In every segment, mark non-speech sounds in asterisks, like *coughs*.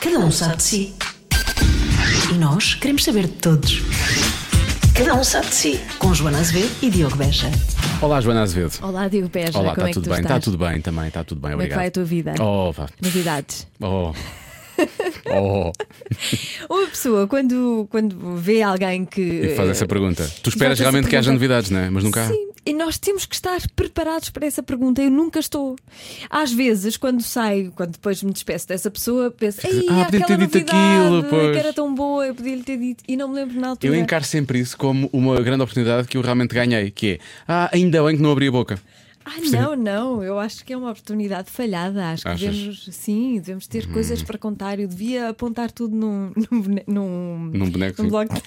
Cada um sabe de si. E nós queremos saber de todos. Cada um sabe de si. Com Joana Azevedo e Diogo Beja. Olá, Joana Azevedo. Olá, Diogo Beja, Olá, está como é que tudo tu bem? estás? Está tudo bem também, está tudo bem, Como é que obrigado. vai a tua vida? Oh, vá. Novidades. Oh. *laughs* Oh. Uma pessoa, quando, quando vê alguém que. E faz essa pergunta. Tu esperas essa realmente que haja pergunta. novidades, não é? Mas nunca há. Sim, e nós temos que estar preparados para essa pergunta. Eu nunca estou. Às vezes, quando saio, quando depois me despeço dessa pessoa, penso, Ei, Ah, há podia ter aquela dito novidade aquilo, pois." que era tão boa, eu podia lhe ter dito e não me lembro na altura. Eu encaro sempre isso como uma grande oportunidade que eu realmente ganhei, que é ah, ainda bem que não abri a boca. Ah, não, não, eu acho que é uma oportunidade falhada. Acho que Achas? Hum. devemos, sim, devemos ter coisas para contar. Eu devia apontar tudo num, num, bone- num, Num boneco, sim. bloco,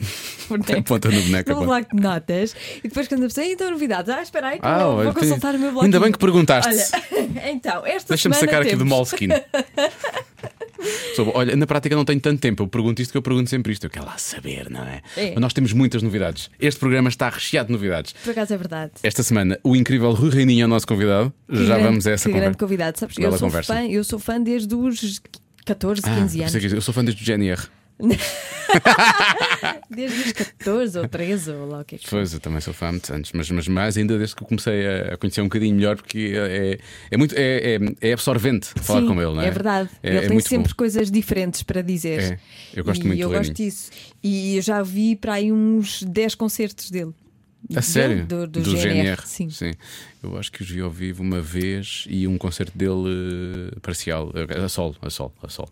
boneco. *laughs* Aponta no boneco, Num aponta. bloco de notas. E depois, quando a pessoa, então, novidades, ah, espera aí, que Ah, eu olha, vou tem- consultar o meu bloco. ainda bem que perguntaste. Olha, *laughs* então, esta *laughs* Deixa-me semana sacar aqui do temos- Moleskine. Sobre, olha, na prática não tenho tanto tempo. Eu pergunto isto que eu pergunto sempre isto. Eu quero lá saber, não é? É. Mas nós temos muitas novidades. Este programa está recheado de novidades. *laughs* Por acaso é verdade. Esta semana, o incrível Rui Reininho é o nosso convidado. Que Já grande- vamos a essa que grande conversa. convidado, sabes? Bela eu, sou conversa. Fã, eu sou fã desde os 14, Ah, 15 anos. pensei que- eu sou fã desde o GNR. Desde os 14 ou 13 ou lá o que é que Pois, eu também sou fã há muitos anos, mas, mas mais ainda desde que eu comecei a, a conhecer um bocadinho melhor, porque é, é muito é, é- é absorvente falar Sim, com ele, não é? É verdade. É, ele é tem muito sempre bom. coisas diferentes para dizer. É, eu gosto e muito Eu do gosto Lenin. disso. E eu já vi para aí uns 10 concertos dele. A Dele? sério? Do, do GNR. Sim. Eu acho que os vi ao vivo uma vez e um concerto dele eh, parcial, eh, a sol, a sol, a sol.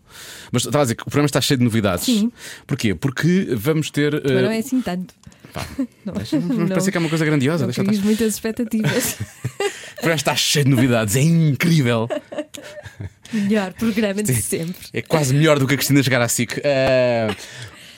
Mas estava a dizer que o programa está cheio de novidades. Sim. Porquê? Porque vamos ter. eh, Mas não é assim tanto. pá, *laughs* *laughs* Não, mas Parece que é uma coisa grandiosa, não deixa crias estar. *laughs* muitas expectativas. O programa está tá cheio de novidades, é incrível. Melhor programa de sempre. É quase melhor do que a Cristina chegar à SIC. Eh,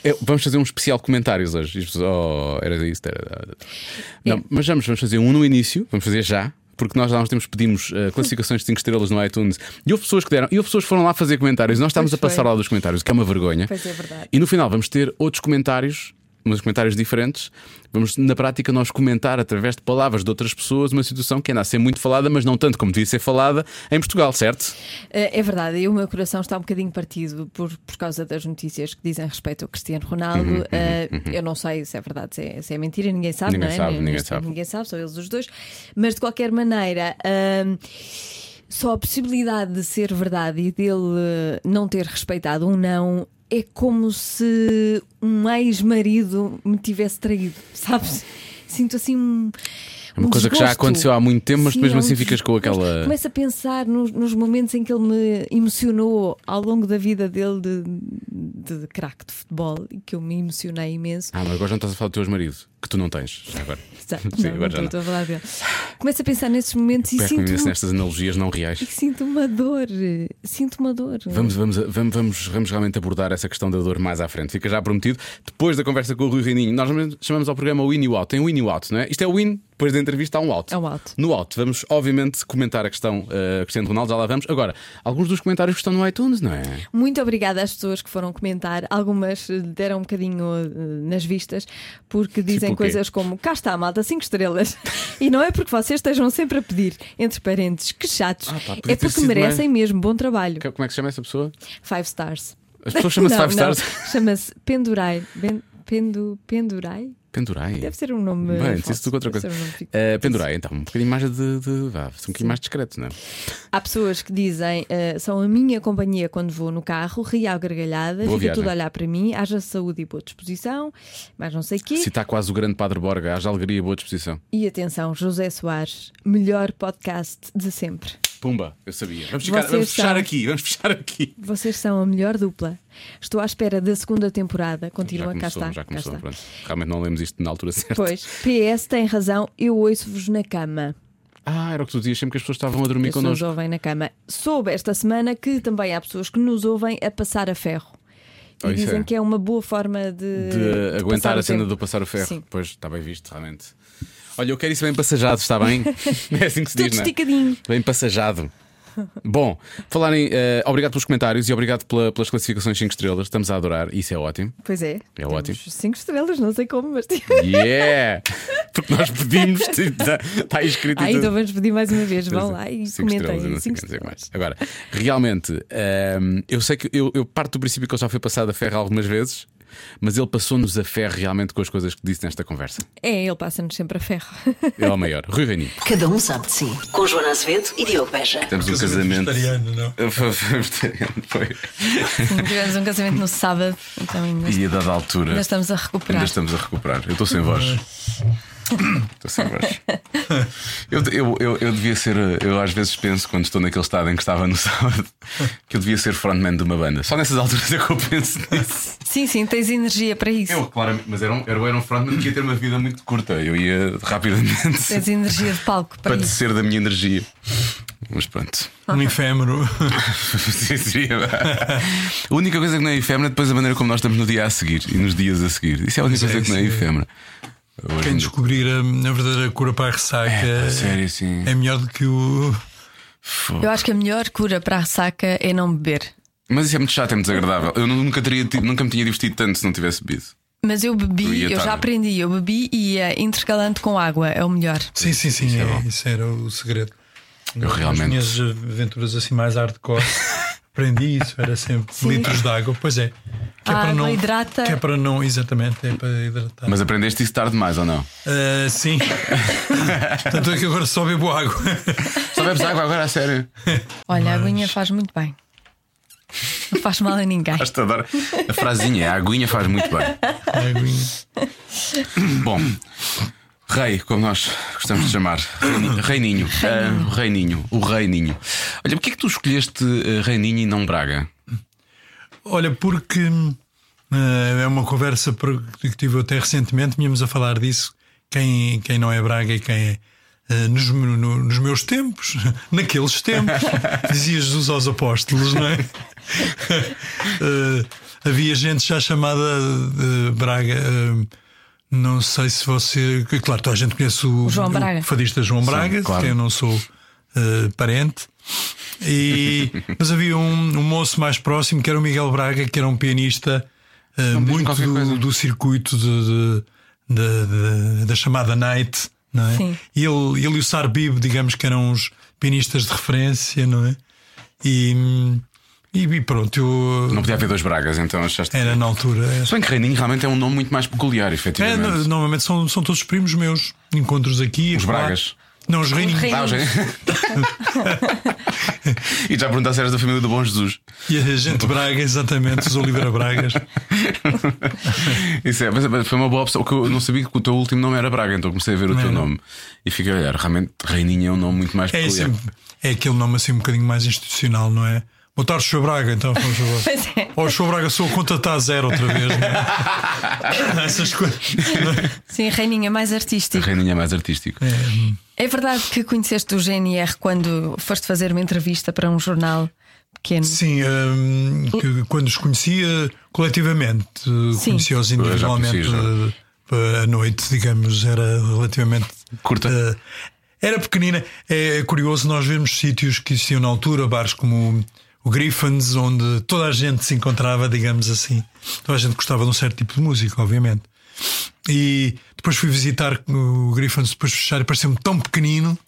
eu- vamos fazer um especial de comentários hoje. E as pessoas, Oh, era isso. Era... É. Não, mas vamos, vamos fazer um no início, vamos fazer já. Porque nós há uns tempos pedimos eh, classificações de 5 estrelas no iTunes e houve pessoas que deram, e houve pessoas que foram lá fazer comentários. Nós estávamos Pois a passar foi. lá dos comentários, que é uma vergonha. Pois é, verdade. E no final vamos ter outros comentários, uns comentários diferentes. Vamos, na prática, nós comentar através de palavras de outras pessoas uma situação que ainda a ser muito falada, mas não tanto como devia ser falada em Portugal, certo? Eh, É verdade, e o meu coração está um bocadinho partido por, por causa das notícias que dizem respeito ao Cristiano Uhum, Ronaldo. Eh, Eu não sei se é verdade, se é, se é mentira, ninguém sabe, Ninguém não é? sabe, Neste ninguém momento sabe. Ninguém sabe, são eles os dois. Mas de qualquer maneira. ahm, só a possibilidade de ser verdade e dele eh, não ter respeitado um não é como se um ex-marido me tivesse traído, sabes? Sinto assim um. É uma um coisa que já desgosto. aconteceu há muito tempo, mas Sim, mesmo é assim des- ficas com aquela- Começo a pensar nos, nos momentos em que ele me emocionou ao longo da vida dele de, de craque de futebol e que eu me emocionei imenso. Ah, mas agora já não estás a falar do teu ex-marido, que tu não tens. já Agora. *laughs* Exato, *laughs* Sim, não, agora não já não. estou a falar dele. Começo a pensar nesses momentos e Perco-me sinto, imenso nestas analogias não reais. e sinto uma dor. Sinto uma dor. Vamos, vamos, vamos, vamos, vamos realmente abordar essa questão da dor mais à frente. Fica já prometido. Depois da conversa com o Rui Reininho, nós chamamos ao programa Win e o Out. Tem Win e o Out, não é? Isto é o Win, depois da entrevista há um Out. É um out. No Out, vamos obviamente comentar a questão eh, Cristiano Ronaldo, já lá vamos. Agora, alguns dos comentários que estão no iTunes, não é? Muito obrigada às pessoas que foram comentar. Algumas eh, deram um bocadinho eh, nas vistas porque dizem o quê? coisas como cá está a malta, 5 estrelas. *laughs* e não é porque vocês estejam sempre a pedir, entre parênteses, que chatos. Ah, pá, podia ter é porque sido merecem mesmo bom trabalho. Que- Como é que se chama essa pessoa? Five stars. As pessoas chamam-se Não, Five não, Stars. Chama-se Pendurai. Ben- pendu, pendurai? Pendurai. Deve ser um nome. Bem, falso. disse tudo outra Deve coisa. ser um nome fictício. Eh, pendurai, então, um bocadinho mais de. de vá, um bocadinho mais discreto, não é? Há pessoas que dizem eh, são a minha companhia quando vou no carro, ri à gargalhada, Boa fica viagem. tudo a olhar para mim, haja saúde e boa disposição, mas não sei quê. Se está quase o grande Padre Borga, haja alegria e boa disposição. E atenção, José Soares, melhor podcast de sempre. Pumba, eu sabia. Vamos, ficar- Vocês vamos fechar são. aqui, vamos fechar aqui. Vocês são a melhor dupla. Estou à espera da segunda temporada. já Continua, cá começou, está. já cá começou, está. pronto. Realmente não lemos isto na altura certa. Pois, PS tem razão, eu ouço-vos na cama. Ah, era o que tu dizias sempre que as pessoas estavam a dormir As pessoas connosco. ouvem na cama. Soube esta semana que também há pessoas que nos ouvem a passar a ferro. E Oh, isso dizem é. que é uma boa forma de, De passar aguentar o a cena tempo. do passar o ferro. Sim. Pois, está bem visto, realmente. *laughs* Olha, eu quero isso bem passajado, está bem? É assim que se Tudo diz, não é? esticadinho. Bem passajado. Bom, falarem. eh, obrigado pelos comentários e obrigado pela- pelas classificações 5 estrelas. Estamos a adorar, isso é ótimo. Pois é. temos ótimo. Cinco estrelas, não sei como, mas. tipo, *laughs* Yeah! Porque nós pedimos, *laughs* está tá escrito *laughs* Ai, e tudo. então vamos pedir mais uma vez. Vão lá e Cinco estrelas, eu comentem. não sei Cinco o que dizer estrelas. mais. Agora, realmente, hum, eu sei que eu, eu parto do princípio que ele já foi passado a ferro algumas vezes, mas ele passou-nos a ferro realmente com as coisas que disse nesta conversa. É, ele passa-nos sempre a *laughs* ferro. Ele é o maior. Rui Reni. Cada um sabe de si. Com Joana Azevedo e Diogo Beja. Temos um casamento. *laughs* Foi. Tivemos um casamento no sábado, então ainda, E a dada altura. ainda estamos a Ainda recuperar. estamos a recuperar. Eu estou sem voz. Estou sem voz. Eu, eu, eu, eu devia ser. Eu às vezes penso, quando estou naquele estado em que estava no sábado, que eu devia ser frontman de uma banda. Só nessas alturas é que eu penso nisso. Sim, sim, tens energia para isso. Eu, claramente, mas era um, eu era um frontman que ia ter uma vida muito curta. Eu ia rapidamente *laughs* Tens energia de palco para isso. padecer da minha energia. Mas pronto. *laughs* Um efêmero. Sim, seria. A única coisa que não é efêmera é depois a maneira como nós estamos no dia a seguir e nos dias a seguir. Isso é a única coisa que não é efêmera. Hoje Quem em descobrir a, a verdadeira cura para a ressaca É, pá, sério, sim. é melhor do que o. Eu acho que a melhor cura para a ressaca é não beber. Mas isso é muito chato, é muito desagradável. Eu nunca, teria, tido- nunca me tinha divertido tanto se não tivesse bebido. Mas eu Eu bebi, ia eu já tarde. aprendi, eu bebi e ia intercalando com água, é o melhor. Sim, sim, sim. é é- bom. isso era o segredo. Eu realmente- Nas minhas aventuras assim *laughs* mais hardcore, aprendi isso. Era sempre litros de água. Pois é. Que A é água hidrata. Que é para não. Exatamente, é para hidratar. *laughs* Mas aprendeste isso tarde demais ou não? Ah, *laughs* sim. Tanto é que agora só bebo água. Só bebes água agora, a sério. Olha, a aguinha faz muito bem. Não faz mal a ninguém. Acho que adoro. A frasinha, a aguinha faz muito bem. Aguinha. Bom, rei, como nós gostamos de chamar. Reininho. Reininho. Ah, reininho. O reininho. Olha, porquê é que tu escolheste ah, reininho e não Braga? Olha, porque hum, eh, é uma conversa pro- que tive até recentemente, vínhamos a falar disso, quem, quem não é Braga e quem é. eh, Nos, me- no- nos meus tempos, *laughs* naqueles tempos, dizia Jesus aos apóstolos, não é? Eh, havia gente já chamada de Braga. eh, não sei se você. que, Claro, toda a gente conhece o, João Braga. o fadista João Braga, de claro. quem eu não sou eh, parente. E, mas havia um, um moço mais próximo que era o Miguel Braga, que era um pianista eh, diz muito qualquer coisa. do, do circuito de, de- de- de- da chamada Night. Não é? Sim. E ele, ele e o Sarbib, digamos que eram uns pianistas de referência, não é? E, e, e pronto, eu, Não podia haver dois Bragas, então achaste. era na altura. era- Se bem que reininho realmente é um nome muito mais peculiar, É, efetivamente. no- normalmente são, são todos primos meus. Encontros aqui. Os acolá. Bragas. Não, os reininhos. reininhos. Ah, já... e já perguntaste se eras da família do Bom Jesus. E a gente Braga, exatamente, os Oliveira *laughs* Bragas. Isso é, mas- mas foi uma boa opção. O que eu não sabia que o teu último nome era Braga, então comecei a ver o teu Não. nome e fiquei a olhar. Realmente, Reininho é um nome muito mais É, peculiar. assim, é aquele nome assim um bocadinho mais institucional, não é? Boa tarde, Sr. Braga, então, por favor. *laughs* *laughs* Pois é. Ou Sr. Braga, sou conta está a zero outra vez, não *laughs* é? Essas coisas. Sim, Reininha, mais artístico. Reininho é mais artístico. É verdade que conheceste o GNR quando foste fazer uma entrevista para um jornal pequeno. Sim, hum, que quando os conhecia coletivamente, eh, Sim. conhecia-os individualmente já conheci, eh, à noite, digamos, era relativamente Curta. eh, era pequenina. É curioso nós vermos sítios que existiam na altura, bares como o Griffins, onde toda a gente se encontrava, digamos assim. Toda a gente gostava de um certo tipo de música, obviamente. E depois fui visitar o Griffins depois de fechar e pareceu-me *laughs* tão pequenino.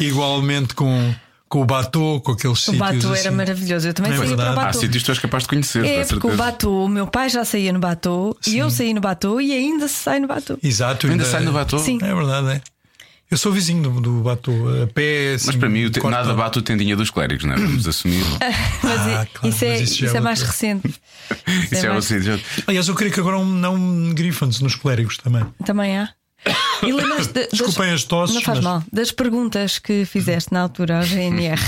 Igualmente com, com o Batô, com aqueles o sítios. Bato era assim. maravilhoso. Eu também É saí para o verdade. Há Bato. sítios que tu és capaz de conhecer, Então- É, com porque o certeza. Bato, o meu pai já saía no Bato e eu saí no Bato e ainda se sai no Bato. Exato, Ainda sai no Batou. Sim. É verdade, é. Eu sou vizinho do, do Batô, a pé. Mas assim, para mim, o te- quarto- nada bate o tendinha dos clérigos, não é? Vamos assumir. Mas Ah, i- claro, isso, é, mas isso já é isso é mais outra. recente. Isso é o mais- sítio. Aliás, eu queria que agora um não Griffons nos clérigos também. Também há. E lembras de- das- Desculpem as tosses. Não faz mas, mal. Das perguntas que fizeste na altura ao GNR.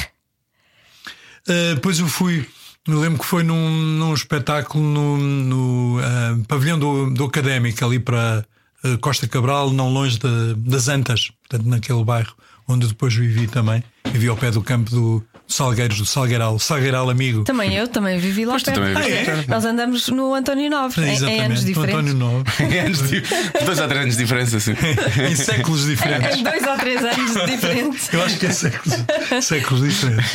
Ah, depois eu fui, me lembro que foi num, num espetáculo no, no, ah, pavilhão do, do Académico, ali para ah, Costa Cabral, não longe da- das Antas, portanto, naquele bairro onde eu depois vivi também. Vivi ao pé do campo do, Salgueiros do Salgueiral, Salgueiral Amigo. Também eu, também vivi lá Pois tu perto. também viveste Ah, é? perto. Nós andamos no António Noves, em- em, Exatamente, Então, é, anos do diferentes. António Novo. *laughs* Anos é de- Dois ou três anos de diferença, *laughs* assim. em É, séculos diferentes. Em dois ou três anos *laughs* diferentes. Eu acho que é séculos, séculos diferentes.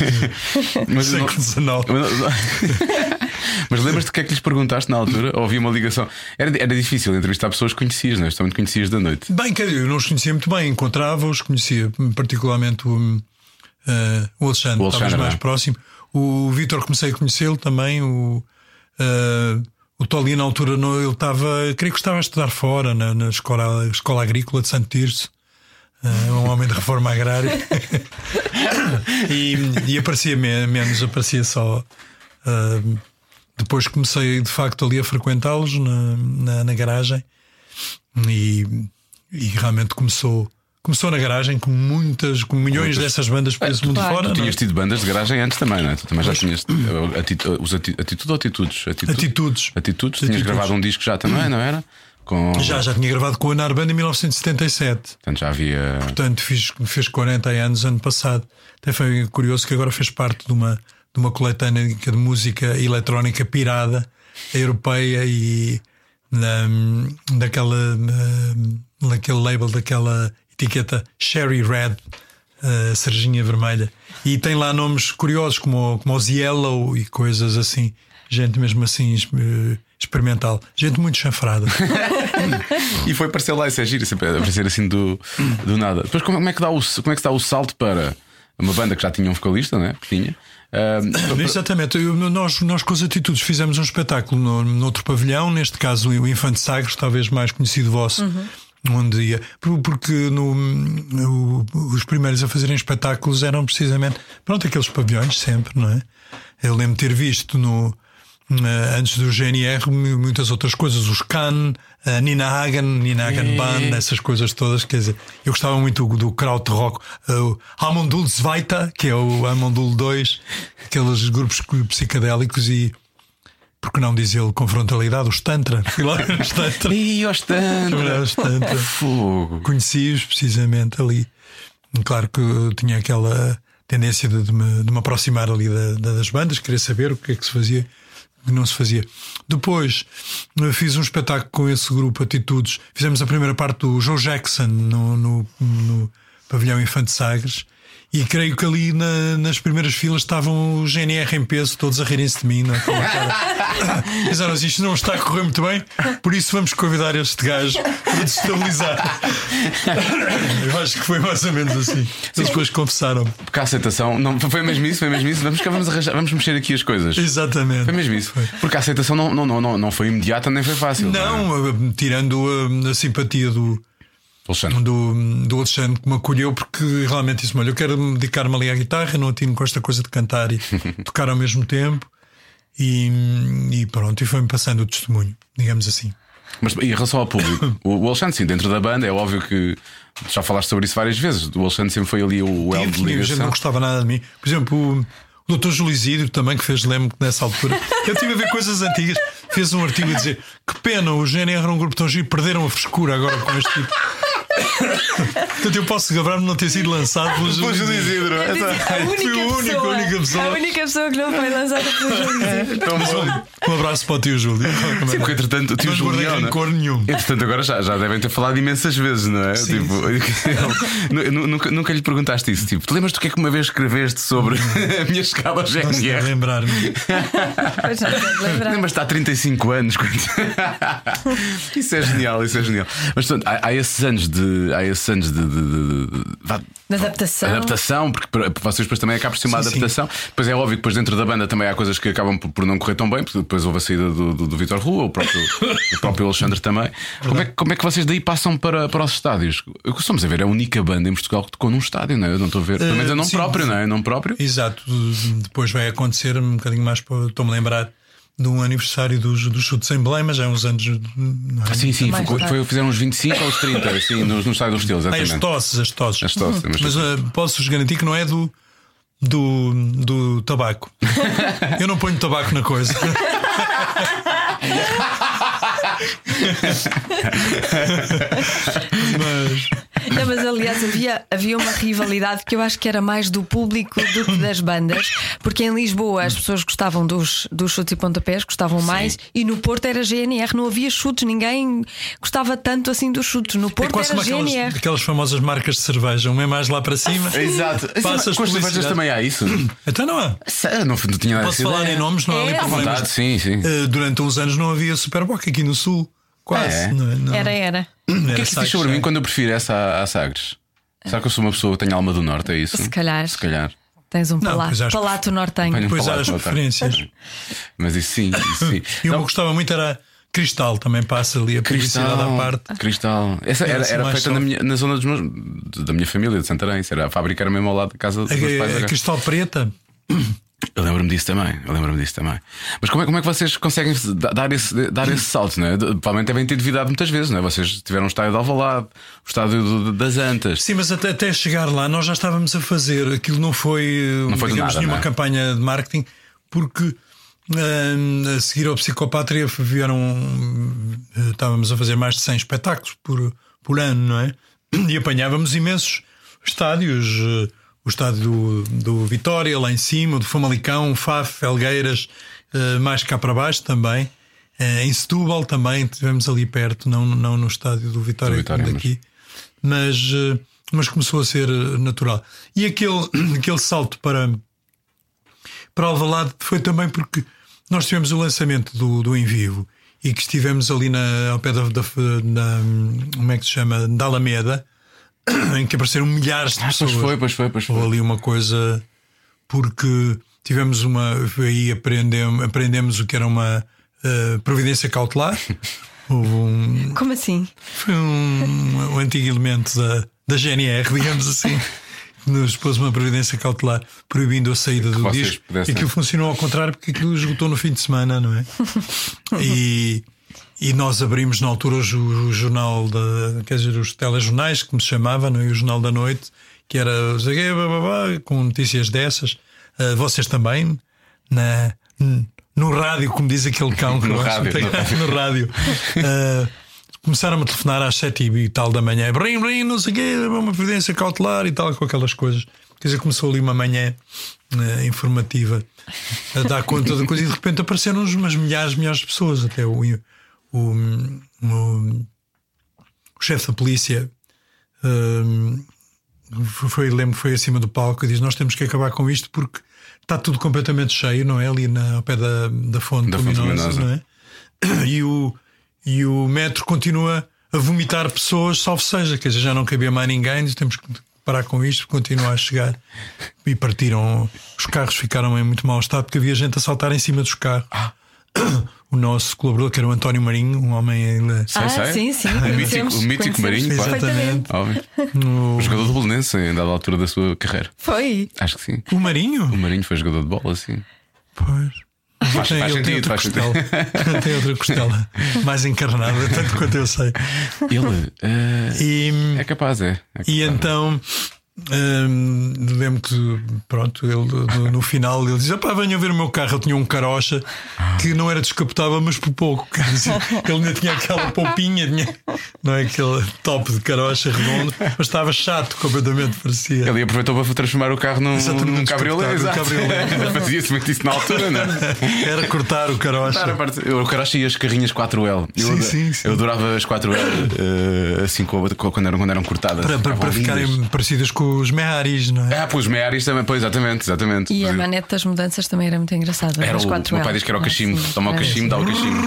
Mas não- Século XIX. *laughs* Mas, *laughs* mas lembras-te o que é que lhes perguntaste na altura? Ouvi uma ligação. Era, era difícil entrevistar pessoas que conhecias, não é? Justamente conhecias da noite. Bem, quer dizer, eu não os conhecia muito bem, encontrava-os, conhecia particularmente o, hum, eh, o Alexandre, O Alexandre, talvez mais não é? próximo. O Vítor comecei a conhecê-lo também, o, eh, o Tolly na altura não, ele estava, creio que estava a estudar fora na, na escola, escola agrícola de Santo Tirso. eh, um homem de reforma agrária *laughs* e, e aparecia me- menos, aparecia só eh, depois comecei de facto ali a frequentá-los na, na, na garagem e, e realmente começou começou na garagem com muitas com milhões Muitas. dessas bandas por esse mundo claro. fora Tu não é? tinhas tido bandas de garagem antes também, não é? Tu também já tinhas eh, ati- os ati- atitude ou atitudes? Atitude? Atitudes. Atitudes. Tinhas Atitudes. gravado um disco já também, não era? Com... já já tinha gravado com a Narbanda em 1977 Portanto, já havia. portanto fiz fez 40 anos ano passado até foi curioso que agora fez parte de uma de uma coletânea de música eletrónica pirada europeia e na, daquela eh, daquele label daquela etiqueta Sherry Red eh, Serginha Vermelha e tem lá nomes curiosos como o- como os Yellow e coisas assim gente mesmo assim es- eh, experimental gente muito chanfrada E foi aparecer lá, isso é giro, sempre aparecer assim do, do nada. Depois, como, como é que dá o, como é que se dá o salto para uma banda que já tinha um vocalista, não é? Que tinha. Ahm, *coughs* Exatamente, Eu- nós, nós com as atitudes fizemos um espetáculo no, noutro pavilhão, neste caso o Infante Sagres, talvez mais conhecido vosso. Onde ia, por- porque no- o- os primeiros a fazerem espetáculos eram precisamente pronto, aqueles pavilhões sempre, não é? Eu lembro de ter visto no, na- Eh, antes do GNR mu- muitas outras coisas, os Can, a Nina Hagen, Nina Hagen Band, essas coisas todas. Quer dizer, eu gostava muito do, do Krautrock, eh, o Amondul Zweita, que é o Amondul 2, aqueles grupos psicadélicos e. Por que não dizê-lo com frontalidade? Os Tantra. *laughs* Fui lá ver os Tantra. E aos tantos. É Os Tantra Fogo. conheci-os precisamente ali. Claro que eu tinha aquela tendência de, de me, de me aproximar ali da- da- das bandas, queria saber o que é que se fazia, o que não se fazia. Depois eh, fiz um espetáculo com esse grupo Atitudes. Fizemos a primeira parte do Joe Jackson no, no- no Pavilhão Infante Sagres. E creio que ali na- nas primeiras filas estavam o GNR em peso, todos a rirem-se de mim, não é? Com uma cara. *laughs* Pensaram assim, isto não está a correr muito bem, por isso vamos convidar este gajo para destabilizar. Eu acho que foi mais ou menos assim. Eles depois confessaram. Porque a aceitação. Não, foi mesmo isso, foi mesmo isso. Vamos, cá, vamos, arranjar, vamos mexer aqui as coisas. Exatamente. Foi mesmo isso. Porque a aceitação não, não, não, não, não foi imediata nem foi fácil. é? Não, eh, tirando eh, a, simpatia do, Alexandre. do, do Alexandre que me acolheu, porque realmente isso, olha, eu quero me dedicar-me ali à guitarra, não atino com esta coisa de cantar e *laughs* tocar ao mesmo tempo. E, e pronto, e foi-me passando o testemunho, digamos assim. Mas em relação ao *coughs* público, o o Alexandre, sim, dentro da banda, é óbvio que já falaste sobre isso várias vezes. O Alexandre sempre foi ali o elo Tive, de tinha gente que não ligação. gostava nada de mim. Por exemplo, o, o Dr. Julizídio também, que fez, lembro que nessa altura, eu tive a ver coisas antigas, fez um artigo a dizer que pena, o GNR era um grupo tão giro, perderam a frescura agora com este tipo. Portanto, eu posso gabar-me de não ter sido lançado pelo Pelo Júlio Julizídio. Isidro, Eu essa- disse, Fui a única, pessoa, única pessoa. A única pessoa que não foi lançada pelo *laughs* Júlio. Tão é bom. Um abraço para o tio Júlio. é Sim, porque entretanto o tio Não guardei Julião. né? rancor nenhum. Entretanto, agora já, já devem ter falado imensas vezes, não é? Sim, Tipo, *laughs* nu- nu- nunca, nunca lhe perguntaste isso. Tipo, te lembras do que é que uma vez escreveste sobre Uhum. *laughs* a minha escala Posso GNR? lembrar-me. Pois não, tenho que lembrar. Lembras-te há 35 anos? quando- *laughs* isso é genial, isso é genial. Mas portanto, há, há esses anos de. Há esses anos de. de- de- de- vá- De adaptação. Adaptação, porque para- para vocês depois também acabam por ser uma Sim, sim. adaptação. Depois é óbvio que depois dentro da banda também há coisas que acabam por, por não correr tão bem, porque depois houve a saída do, do, do Vitor Rua, o *laughs* próprio, o próprio Alexandre também. Como é, que- como é que vocês daí passam para, para os estádios? O que estamos a ver é a única banda em Portugal que tocou num estádio, não é? Eu não estou a ver. Pelo menos eu não Eh, sim, próprio, sim. não é? Eu não próprio. Exato, depois vai acontecer um bocadinho mais. para- Estou-me a lembrar de um aniversário dos, dos chutes em Belém, mas já há uns anos. não é? Ah, sim, sim, Mais foi, tarde. foi- fizeram uns 25 aos 30, *laughs* assim, no, no estádio dos Teus, Ah, exatamente. as tosses, as tosses. As tosses, mas- Mas eh, posso-vos garantir que não é do, do, *laughs* do tabaco. Eu não ponho tabaco na coisa. mas Não, mas aliás, havia, havia uma rivalidade que eu acho que era mais do público do que das bandas, porque em Lisboa as pessoas gostavam dos, dos chutes e pontapés, gostavam mais, e no Porto era GNR, não havia chutes, ninguém gostava tanto assim dos chutes. No É Porto quase era como aquelas, GNR. aquelas famosas marcas de cerveja, uma é mais lá para cima. *laughs* Exato. Passas Com as cervejas publicidade. também É há *coughs* isso. Então não há. Sério, Não, não tinha nada Posso dessa falar ideia. em nomes, não há ali É, à problemas. Vontade, sim, sim. Eh, durante uns anos não havia Superboc aqui no Sul. Quase. É. Não, não. Era, era. O que é que se diz sobre mim quando eu prefiro essa à, à Sagres? Será que eu sou uma pessoa que tem alma do norte? É isso? Se calhar. Se calhar. Tens um Não, palato, pois acho que- palato nortenho. Apanho um Pois há palato as ao altar. preferências. Mas isso sim, isso sim. *laughs* E o que eu Não, gostava muito era Cristal, também passa ali a publicidade à parte. Cristal. Essa era, Era-se era mais feita só. na, minha- na zona dos meus- da minha família, de Santarém. Isso Era, a fábrica era mesmo ao lado da casa dos A, meus pais. a- a agora. Cristal Preta. Eu lembro-me disso também. Eu lembro-me disso também. Mas como é, como é que vocês conseguem da- dar esse, dar esse salto? Não é? De- Provavelmente devem ter devidado muitas vezes. Não é? Vocês tiveram o estádio de Alvalade, o estádio do- das Antas. Sim, mas até, até chegar lá nós já estávamos a fazer. Aquilo não foi, eh, Não foi do digamos, nada, nenhuma não é? campanha de marketing, porque eh, a seguir ao Psicopátria vieram. eh, estávamos a fazer mais de 100 espetáculos por, por ano, não é? E apanhávamos imensos estádios. eh, o estádio do, do Vitória, lá em cima, do Famalicão, Faf, Felgueiras, eh, mais cá para baixo também. Eh, em Setúbal também estivemos ali perto, não, não no estádio do Vitória, Do Vitória, mas- daqui mas, eh, mas começou a ser eh, natural. E aquele, *coughs* aquele salto para, para Alvalade foi também porque nós tivemos o lançamento do, do Em Vivo e que estivemos ali na, ao pé da, da- na- como é que se chama? Da Alameda, *coughs* em que apareceram milhares de Ah, pois pessoas. foi, pois foi, pois Houve foi. ali uma coisa porque tivemos uma. Aí aprendemos, aprendemos o que era uma eh, *laughs* providência cautelar. Houve um, Como assim? foi um, um antigo elemento da, da GNR, digamos assim, que nos pôs uma previdência cautelar proibindo a saída do vocês disco. pudessem- E aquilo funcionou ao contrário porque aquilo esgotou no fim de *laughs* semana, não é? E, e nós abrimos na altura o, ju- o jornal, da, quer dizer, os telejornais, como se chamava, não é? E o Jornal da Noite, que era não sei o quê, blá, blá, blá, com notícias dessas. Ah, vocês também, na, no rádio, como diz aquele cão que No eu acho rádio, que tem- no rádio. no rádio. Ah, Começaram-me a telefonar às sete e tal da manhã, brim, brim, não sei o quê, uma previdência cautelar e tal, com aquelas coisas. Quer dizer, começou ali uma manhã ah, informativa a dar conta da coisa e de repente apareceram uns- umas milhares, milhares de pessoas. Até o, o, o- o chefe da polícia ah, foi, lembro, que foi acima do palco e diz: Nós temos que acabar com isto porque está tudo completamente cheio, não é? Ali na, ao pé da, da fonte Da fonte luminosa, luminosa. não é? e o, e o metro continua a vomitar pessoas, salvo seja, quer dizer, já não cabia mais ninguém, diz, temos que parar com isto, continua a chegar. E partiram, os carros ficaram em muito mau estado porque havia gente a saltar em cima dos carros. Ah. O nosso colaborador, que era o António Marinho, um homem ainda. Sei, ah, sei. sim, sim. *laughs* O mítico, conhecemos, o mítico conhecemos Marinho, claro. perfeitamente. Óbvio. O jogador do Bolonense, em dada altura da sua carreira. Foi. Acho que sim. O Marinho? O Marinho foi jogador de bola, sim. Pois. Faz- Tem- faz ele sentido, tem outra faz sentido. costela. *laughs* Ele tem outra costela mais encarnada, tanto quanto eu sei. Ele *laughs* eh, E, hum, é capaz, é. é capaz. E então hum, lembro que pronto, ele no, no final ele diz: "Epá, venham ver o meu carro, eu tinha um carocha que não era descapotável, mas por pouco. *laughs* Quer dizer, ele ainda tinha aquela poupinha, tinha- não é aquele top de carocha redondo, mas estava chato completamente, parecia. Ele aproveitou para transformar o carro num, Exatamente, num cabriolé. descapotável, Exato. *laughs* cabriolé. Fazia-se muito isso na altura, não é? *laughs* Era cortar o Claro, a carocha. parte- Eu caracho e as carrinhas 4L. Eu, Sim, ado- sim, sim. eu adorava as 4L eh, assim com- com- quando, eram, quando eram cortadas. Para, para, Ficavam para lindas. ficarem parecidas com os Meharis, não é? Ah, pois Mearis também, pois, exatamente, exatamente. E a manete das mudanças também era muito engraçada. Era das o, o quatro meu pai Ls. diz que era o Ah, cachimbo. sim, Toma o era. cachimbo, dá o cachimbo.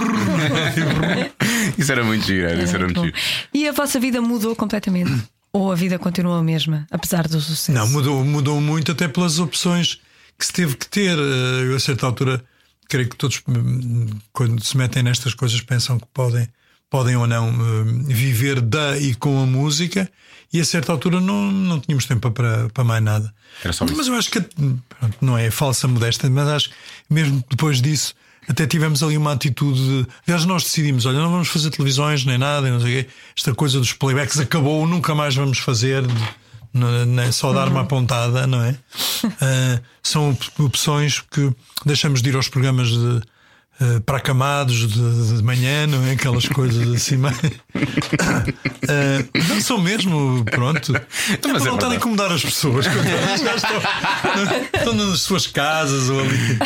*laughs* isso era muito giro, era, isso era muito muito bom. giro. E a vossa vida mudou completamente? Ou a vida continua a mesma, apesar do sucesso? Não, mudou, mudou muito até pelas opções que se teve que ter. Eh, Eu, a certa altura, creio que todos, hum, quando se metem nestas coisas, pensam que podem, podem ou não hum, viver da e com a música, e a certa altura não, não tínhamos tempo para, para mais nada. Era só isso. Mas eu acho que, pronto, não é falsa modéstia, mas acho que mesmo depois disso, até tivemos ali uma atitude de. Aliás, nós decidimos: olha, não vamos fazer televisões nem nada, não sei o quê. Esta coisa dos playbacks acabou, nunca mais vamos fazer, n- nem só dar uma apontada, não é? Ah, são op- opções que deixamos de ir aos programas de. eh, para acamados de, de manhã, não é? Aquelas coisas assim. *laughs* mas- Eh, não são mesmo, pronto. É para é não estar a verdade. incomodar as pessoas. coitadas, já estão, estão nas suas casas ou ali.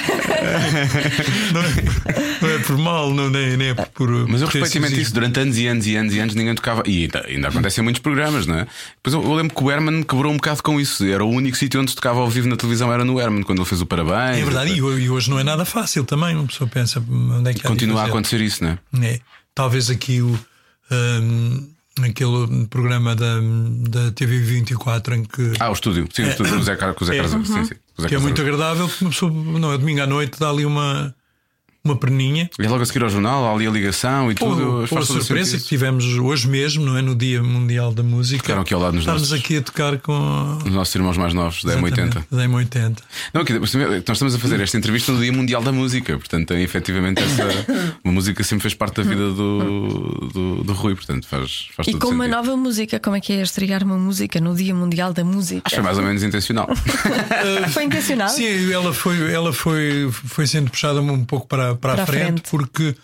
Não é, não é por mal, não, nem, nem é por. Mas eu por ter respeito imenso sido isso. Durante anos e anos e anos e anos ninguém tocava. E ainda, ainda acontece em muitos programas, não é? Depois eu, eu lembro que o Herman quebrou um bocado com isso. Era o único sítio onde se tocava ao vivo na televisão, era no Herman, quando ele fez o parabéns. É verdade, e Depois- ho- e hoje não é nada fácil também. Uma pessoa pensa onde é que há de Continua a fazer? acontecer isso, não é? É, talvez aqui o, hum, aquele programa da, da TV 24 em que, Ah, o estúdio. Sim, o estúdio. O Zé Car- com o Zé É. Carlos. Uhum. Sim, sim. com o Zé que é Carlos- muito agradável, que uma pessoa, não é domingo à noite, dá ali uma, uma perninha. E logo a seguir ao jornal, há ali a ligação e tudo. Ou, faz ou a todo o surpresa sentido. que tivemos hoje mesmo, não é? No Dia Mundial da Música. Tocaram aqui ao lado nos Estarmos nossos. aqui a tocar com. Os nossos irmãos mais novos, da M80. Exatamente, da M80. Não, aqui, nós estamos a fazer esta entrevista no Dia Mundial da Música, portanto, é, efetivamente, essa *laughs* a música sempre fez parte da vida do, do, do Rui, portanto, faz, faz E todo com uma sentido. nova música, como é que é estrear uma música no Dia Mundial da Música? Acho que foi mais ou menos intencional. *laughs* Foi intencional? Sim, ela foi, ela foi, foi sendo puxada um pouco para, para, Para a a frente, frente. porque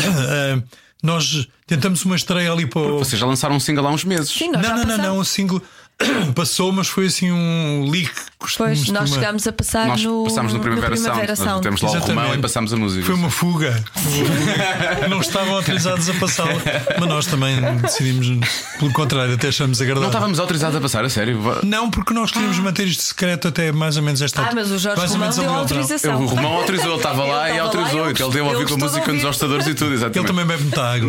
ah, nós tentamos uma estreia ali para o. Vocês já lançaram um single há uns meses. Sim, nós Não, já não, não, passámos. não, o single *coughs* passou, mas foi assim um leak. costuma- Pois, nós costuma- chegámos a passar Nós no, passámos no Primavera, Sound, nós temos lá Exatamente. o Romão e passámos a música. Foi uma fuga. não estavam autorizados a passá-la, mas nós também decidimos, pelo contrário, até achamos agradável. Não estávamos autorizados a passar, a sério. Não, porque nós queríamos manter isto secreto até mais ou menos esta Ah, altura. mas o Jorge Mais ou Romão menos deu ali ao verão. Eu, autorização. o Romão autorizou, ele estava lá Ele e estava lá, autorizou. *laughs* eu Ele deu a ouvir gostou com a de música nos ouvir. hostadores e tudo, Ele exatamente. também bebe muita *laughs* água.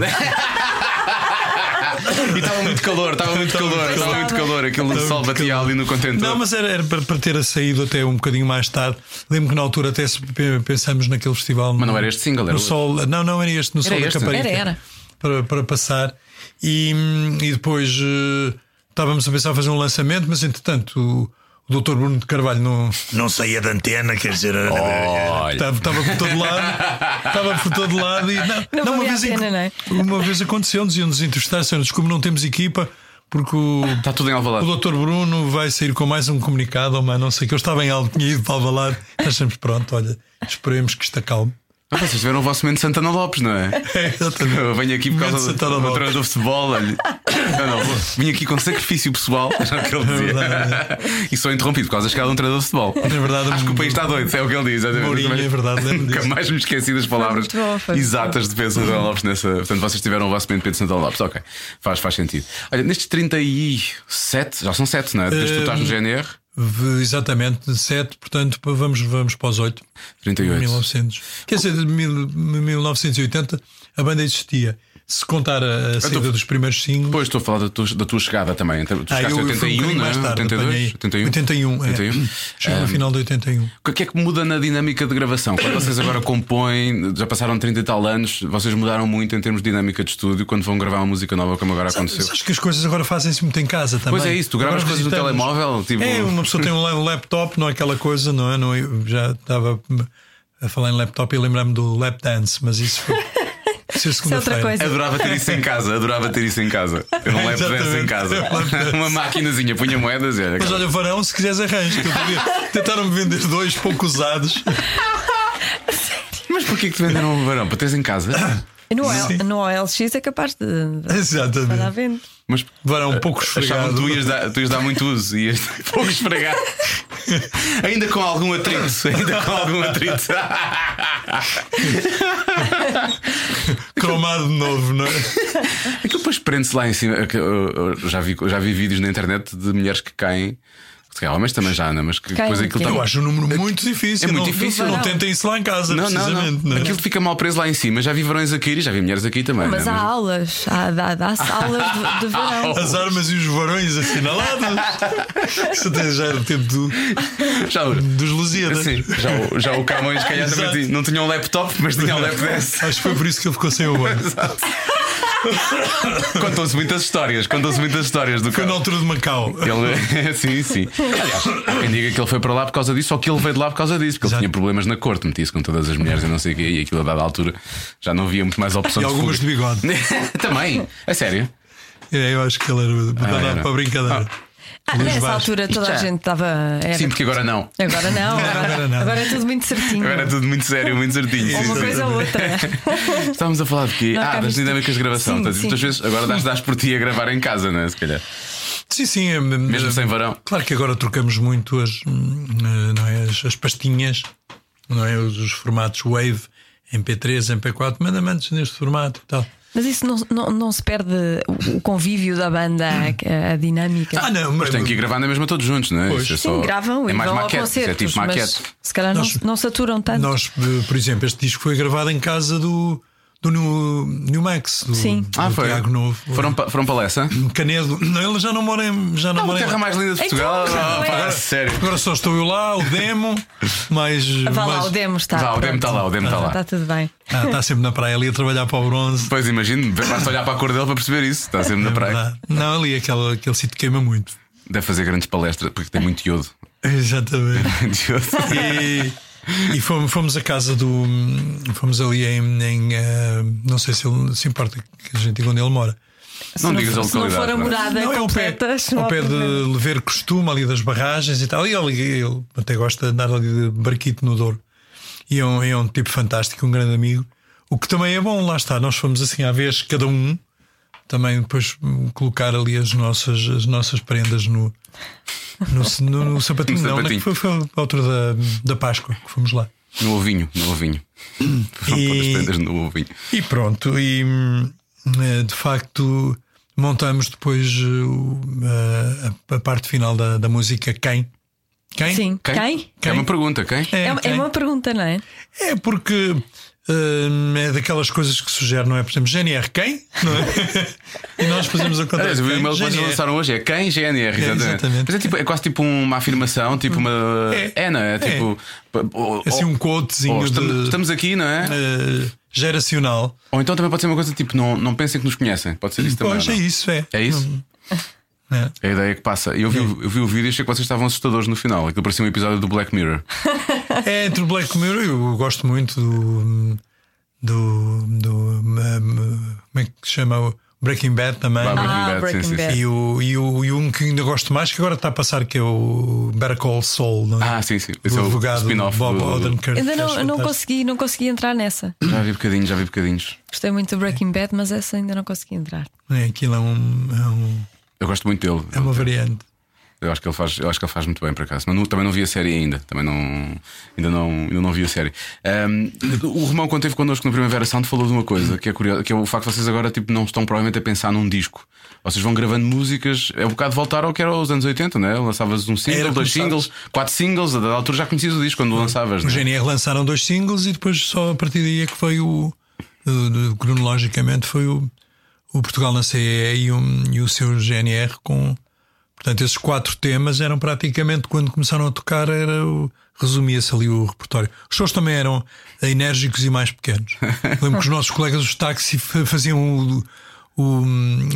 E estava muito calor, estava muito Estava calor, muito estava calor. muito calor. Aquele Estava sol muito batia calor. ali no contentor. Então, Não, mas era, era para, para ter saído até um bocadinho mais tarde. Lembro que na altura até se pe- pensamos naquele festival. Mas não era este single, era no outro. sol, Não, não era este, no Sol este? da Caparica. Era, era. Para, para passar. E, hum, e depois eh, estávamos a pensar em fazer um lançamento, mas entretanto o, o Dr. Bruno de Carvalho não. Não saía da antena, quer dizer. Olha. Estava, estava por todo lado, estava por todo lado e não, Não uma, valia a vez em- pena, não é? uma vez aconteceu, nos iam-nos entrevistar, disseram-nos como não temos equipa, porque o, Está tudo em o Alvalade. doutor Bruno vai sair com mais um comunicado, ou mais não sei o que eu estava em alto, tinha ido para Alvalade, nós estamos pronto, olha, esperemos que isto acalme. *laughs* Ah, vocês tiveram o vosso momento de Santana Lopes, não é? Exatamente. Eu venho aqui por Momento causa Santana do Lopes. patrão do futebol. olha. Não, não, vou- vim aqui com sacrifício pessoal, *laughs* já o que ele dizia. E sou interrompido por causa da chegada de um treinador de futebol. Na É verdade, Acho que o país está doido, é o que ele diz. exatamente. Mourinho, é verdade, lembro Nunca disso. mais me esqueci das palavras Foi muito bom, foi muito exatas de Pedro Santana Lopes nessa. Portanto, vocês tiveram o vosso momento de Pedro Santana Lopes. Ok, faz, faz sentido. Olha, nestes 37, já são 7, não é? Desde que tu Hum. estás no GNR, V- Exatamente, 7, portanto, pa- vamos, vamos para os 8. 38. 1900. Quer dizer, de mil- 1980 a banda existia. Se contar a, a saída tô- dos primeiros singles. Depois estou a falar da tua, da tua chegada também. Tu Ah, chegaste em eu- eu fui um 81, bocadinho não é? mais tarde, 82? apanhei- 81, é. *clears throat* Chegou no final de 81. O que é que muda na dinâmica de gravação? Quando vocês *coughs* agora compõem, já passaram 30 e tal anos, vocês mudaram muito em termos de dinâmica de estúdio quando vão gravar uma música nova, como agora aconteceu. Acho que as coisas agora fazem-se muito em casa também. Pois é isso, tu gravas Agora coisas no visitamos- telemóvel, tipo- É, uma pessoa tem um la- um laptop, não é aquela coisa, não é? Não, eu já estava a falar em laptop e lembrar-me do lap dance, mas isso *laughs* foi. Isso é segunda-feira. coisa. Adorava ter isso em casa, adorava ter isso em casa. Eu não levo dance em *laughs* Exatamente. casa. Eu levo *laughs* dance. Uma maquinazinha, punha moedas e olha. Mas olha, varão, se quiseres arranjo, que eu podia- tentaram-me vender dois pouco usados. *laughs* Mas porquê que te venderam um varão? Para teres em *coughs* casa? No, Sim. L, no OLX é capaz de. Vai lá Exatamente. vendo. Mas Varão pouco achavam esfregado. que tu ias, dar, tu ias dar muito uso e ias *laughs* pouco esfregar. Ainda com algum atrito, ainda com algum atrito. *laughs* Cromado de novo, não é? Aquilo depois prende-se lá em cima. É que eu- eu Já vi, já vi vídeos na internet de mulheres que caem. Se calhar homens também já, não, mas que Caem depois de aquilo quê? tá- Eu acho um número muito difícil. é muito não, difícil. Não tentem isso lá em casa, Não, não, precisamente. não. não é? Aquilo fica mal preso lá em cima. Já vi varões a cair e já vi mulheres a cair também. Mas não é? há aulas, há, dá, dá aulas de, de verão. *laughs* As armas e os varões assinalados. Isso até já era o tempo do- já, o- dos Lusíadas. sim, já, o- já o Camões, se calhar, também Exato. tinha- não tinha um laptop, mas tinha *laughs* um *laughs* lapdance. Acho que foi por isso que ele ficou sem o banho. Contam-se muitas histórias. Contam-se muitas histórias do Foi na Camões. altura de Macau. Ele, *laughs* sim, sim. Aliás, quem diga que ele foi para lá por causa disso, ou que ele veio de lá por causa disso, porque Exato. ele tinha problemas na corte, metia-se com todas as mulheres e não sei o quê, e aquilo a dada altura já não havia muito mais opção E de algumas fuga. de bigode. *laughs* Também, a sério. É, Eu acho que ele era danado Ah, era. para a brincadeira. Ah, Luís nessa Vaz. altura toda a Já. gente estava. era- é- Sim, porque agora não. Agora não, Agora agora, não. agora é tudo muito certinho. Agora é tudo muito sério, muito certinho. Ou Sim, uma sim. coisa ou outra. *laughs* Estávamos a falar de quê? Nós ah, cá das viste- dinâmicas de gravação. Sim, Portanto, sim. Muitas vezes agora dás, dás por ti a gravar em casa, não é? Se calhar. Sim, sim. é- Mesmo é- sem varão. Claro que agora trocamos muito as, hum, eh, não é, as, as pastinhas, não é, os, os formatos Wave, MP3, MP4, manda antes neste formato e tal. Mas isso não, não, não se perde o convívio da banda, a, a dinâmica. Ah, não, Tá. Mas tem que ir gravando mesmo todos juntos, não é? Pois. Isso é Sim, gravam é e mais vão a maquete, isso é concertos. tipo maquete. mas se calhar não, Nós- não saturam tanto. Nós, eh, por exemplo, este disco foi gravado em casa do, do New, New Max, do, Sim. do Ah, foi. Tiago Novo. Um Foram, pa- foram para Lessa? Canedo. Não, ele já não mora em. Já não Ah, a mora em- terra mais linda de Então, Portugal. não Ah, é? pá, a sério. Agora só estou eu lá, o *laughs* demo, mas. Vá lá, mas- o Demo está. Vá, o Demo pronto. está lá, o Demo está lá. Está tudo bem. Ah, está sempre na praia ali a trabalhar para o bronze. Pois imagino, basta olhar para a cor dele para perceber isso. Está sempre na É praia. verdade. Não, ali aquele, aquele sítio queima muito. *laughs* Deve fazer grandes palestras, porque tem muito iodo. *laughs* Exatamente. Muito iodo. E, e fomos, fomos a casa do. Fomos ali em. em, eh, não sei se ele se importa que a gente diga onde ele mora. Não digas a se não for localidade. a não é? morada Não, é ao pé, completa, não ao há pé de problema. Lever Costume, ali das barragens e tal. E ele, ele até gosta de andar ali de barquito no Douro. E é um, é um tipo fantástico, um grande amigo. O que também é bom, lá está. Nós fomos assim à vez, cada um. Também depois hum, colocar ali as nossas, as nossas prendas no, no, no, no sapatinho. No não, sapatinho. na- foi, foi a altura da, da Páscoa que fomos lá. No ovinho, no ovinho. Foram E- pôr as prendas no ovinho. É E pronto, e hum, eh, de facto montamos depois eh, o- eh, a- a, a parte final da, da música Quem? Quem? Sim. Quem? Quem? É uma pergunta, quem? É, É, uma- é quem? uma pergunta, não é? É porque hum, é daquelas coisas que sugere, não é? Por exemplo, GNR quem? Não é? *laughs* e nós fazemos a conta. Aliás, eu vi o quem? e-mail que vocês GNR. lançaram hoje. É quem? GNR, exatamente. exatamente. Mas é, tipo, é quase tipo uma afirmação, tipo uma. É, É. não é? Tipo. ou- Assim um ou- quotezinho ou de, Oh, estamos, estamos aqui, não é? eh, geracional. Ou então também pode ser uma coisa tipo, não, não pensem que nos conhecem. Pode ser isso também. Pois é não? isso, é. É isso? É. É a ideia que passa. Eu vi, o- eu vi o vídeo e achei que vocês estavam assustadores no final. Aquilo parecia um episódio do Black Mirror. É entre o Black Mirror, eu gosto muito do. do. do um, como é que se chama? O Breaking Bad também. Vá, Ah, Breaking sim, sim, Bad. sim. E, o, e, o, e um que ainda gosto mais, que agora está a passar, que é o Better Call Saul, não é? Ah, sim, sim. Esse o é o advogado spin-off. Bob do- do- Odenkirk. Ainda que acho não, não fantástico. consegui, não consegui entrar nessa. Já vi bocadinhos, já vi bocadinhos. Gostei muito do Breaking Bad, mas essa ainda não consegui entrar. É, aquilo é, um, é, um- Eu gosto muito dele. é uma variante. Eu acho que ele faz, eu acho que ele faz muito bem por acaso. Mas não- também não vi a série ainda. Também não, ainda não, ainda não vi a série. Ahm, o Romão, quando esteve connosco na Primavera Sound, falou de uma coisa que é curiosa, que é o facto de vocês agora tipo, não estão provavelmente a pensar num disco. Vocês vão gravando músicas, é um bocado voltar ao que era os anos 80, né? Lançavas um single, Era dois começar- singles, quatro singles, a dada altura já conhecias o disco quando o lançavas. O né? GNR lançaram dois singles e depois só a partir daí é que foi o. eh, cronologicamente foi o, o Portugal na CEE e o, e o seu GNR com. Portanto, esses quatro temas eram praticamente quando começaram a tocar, era o. Resumia-se ali o repertório. Os shows também eram enérgicos e *laughs* mais pequenos. Lembro que os nossos colegas dos táxi fa- faziam o, o,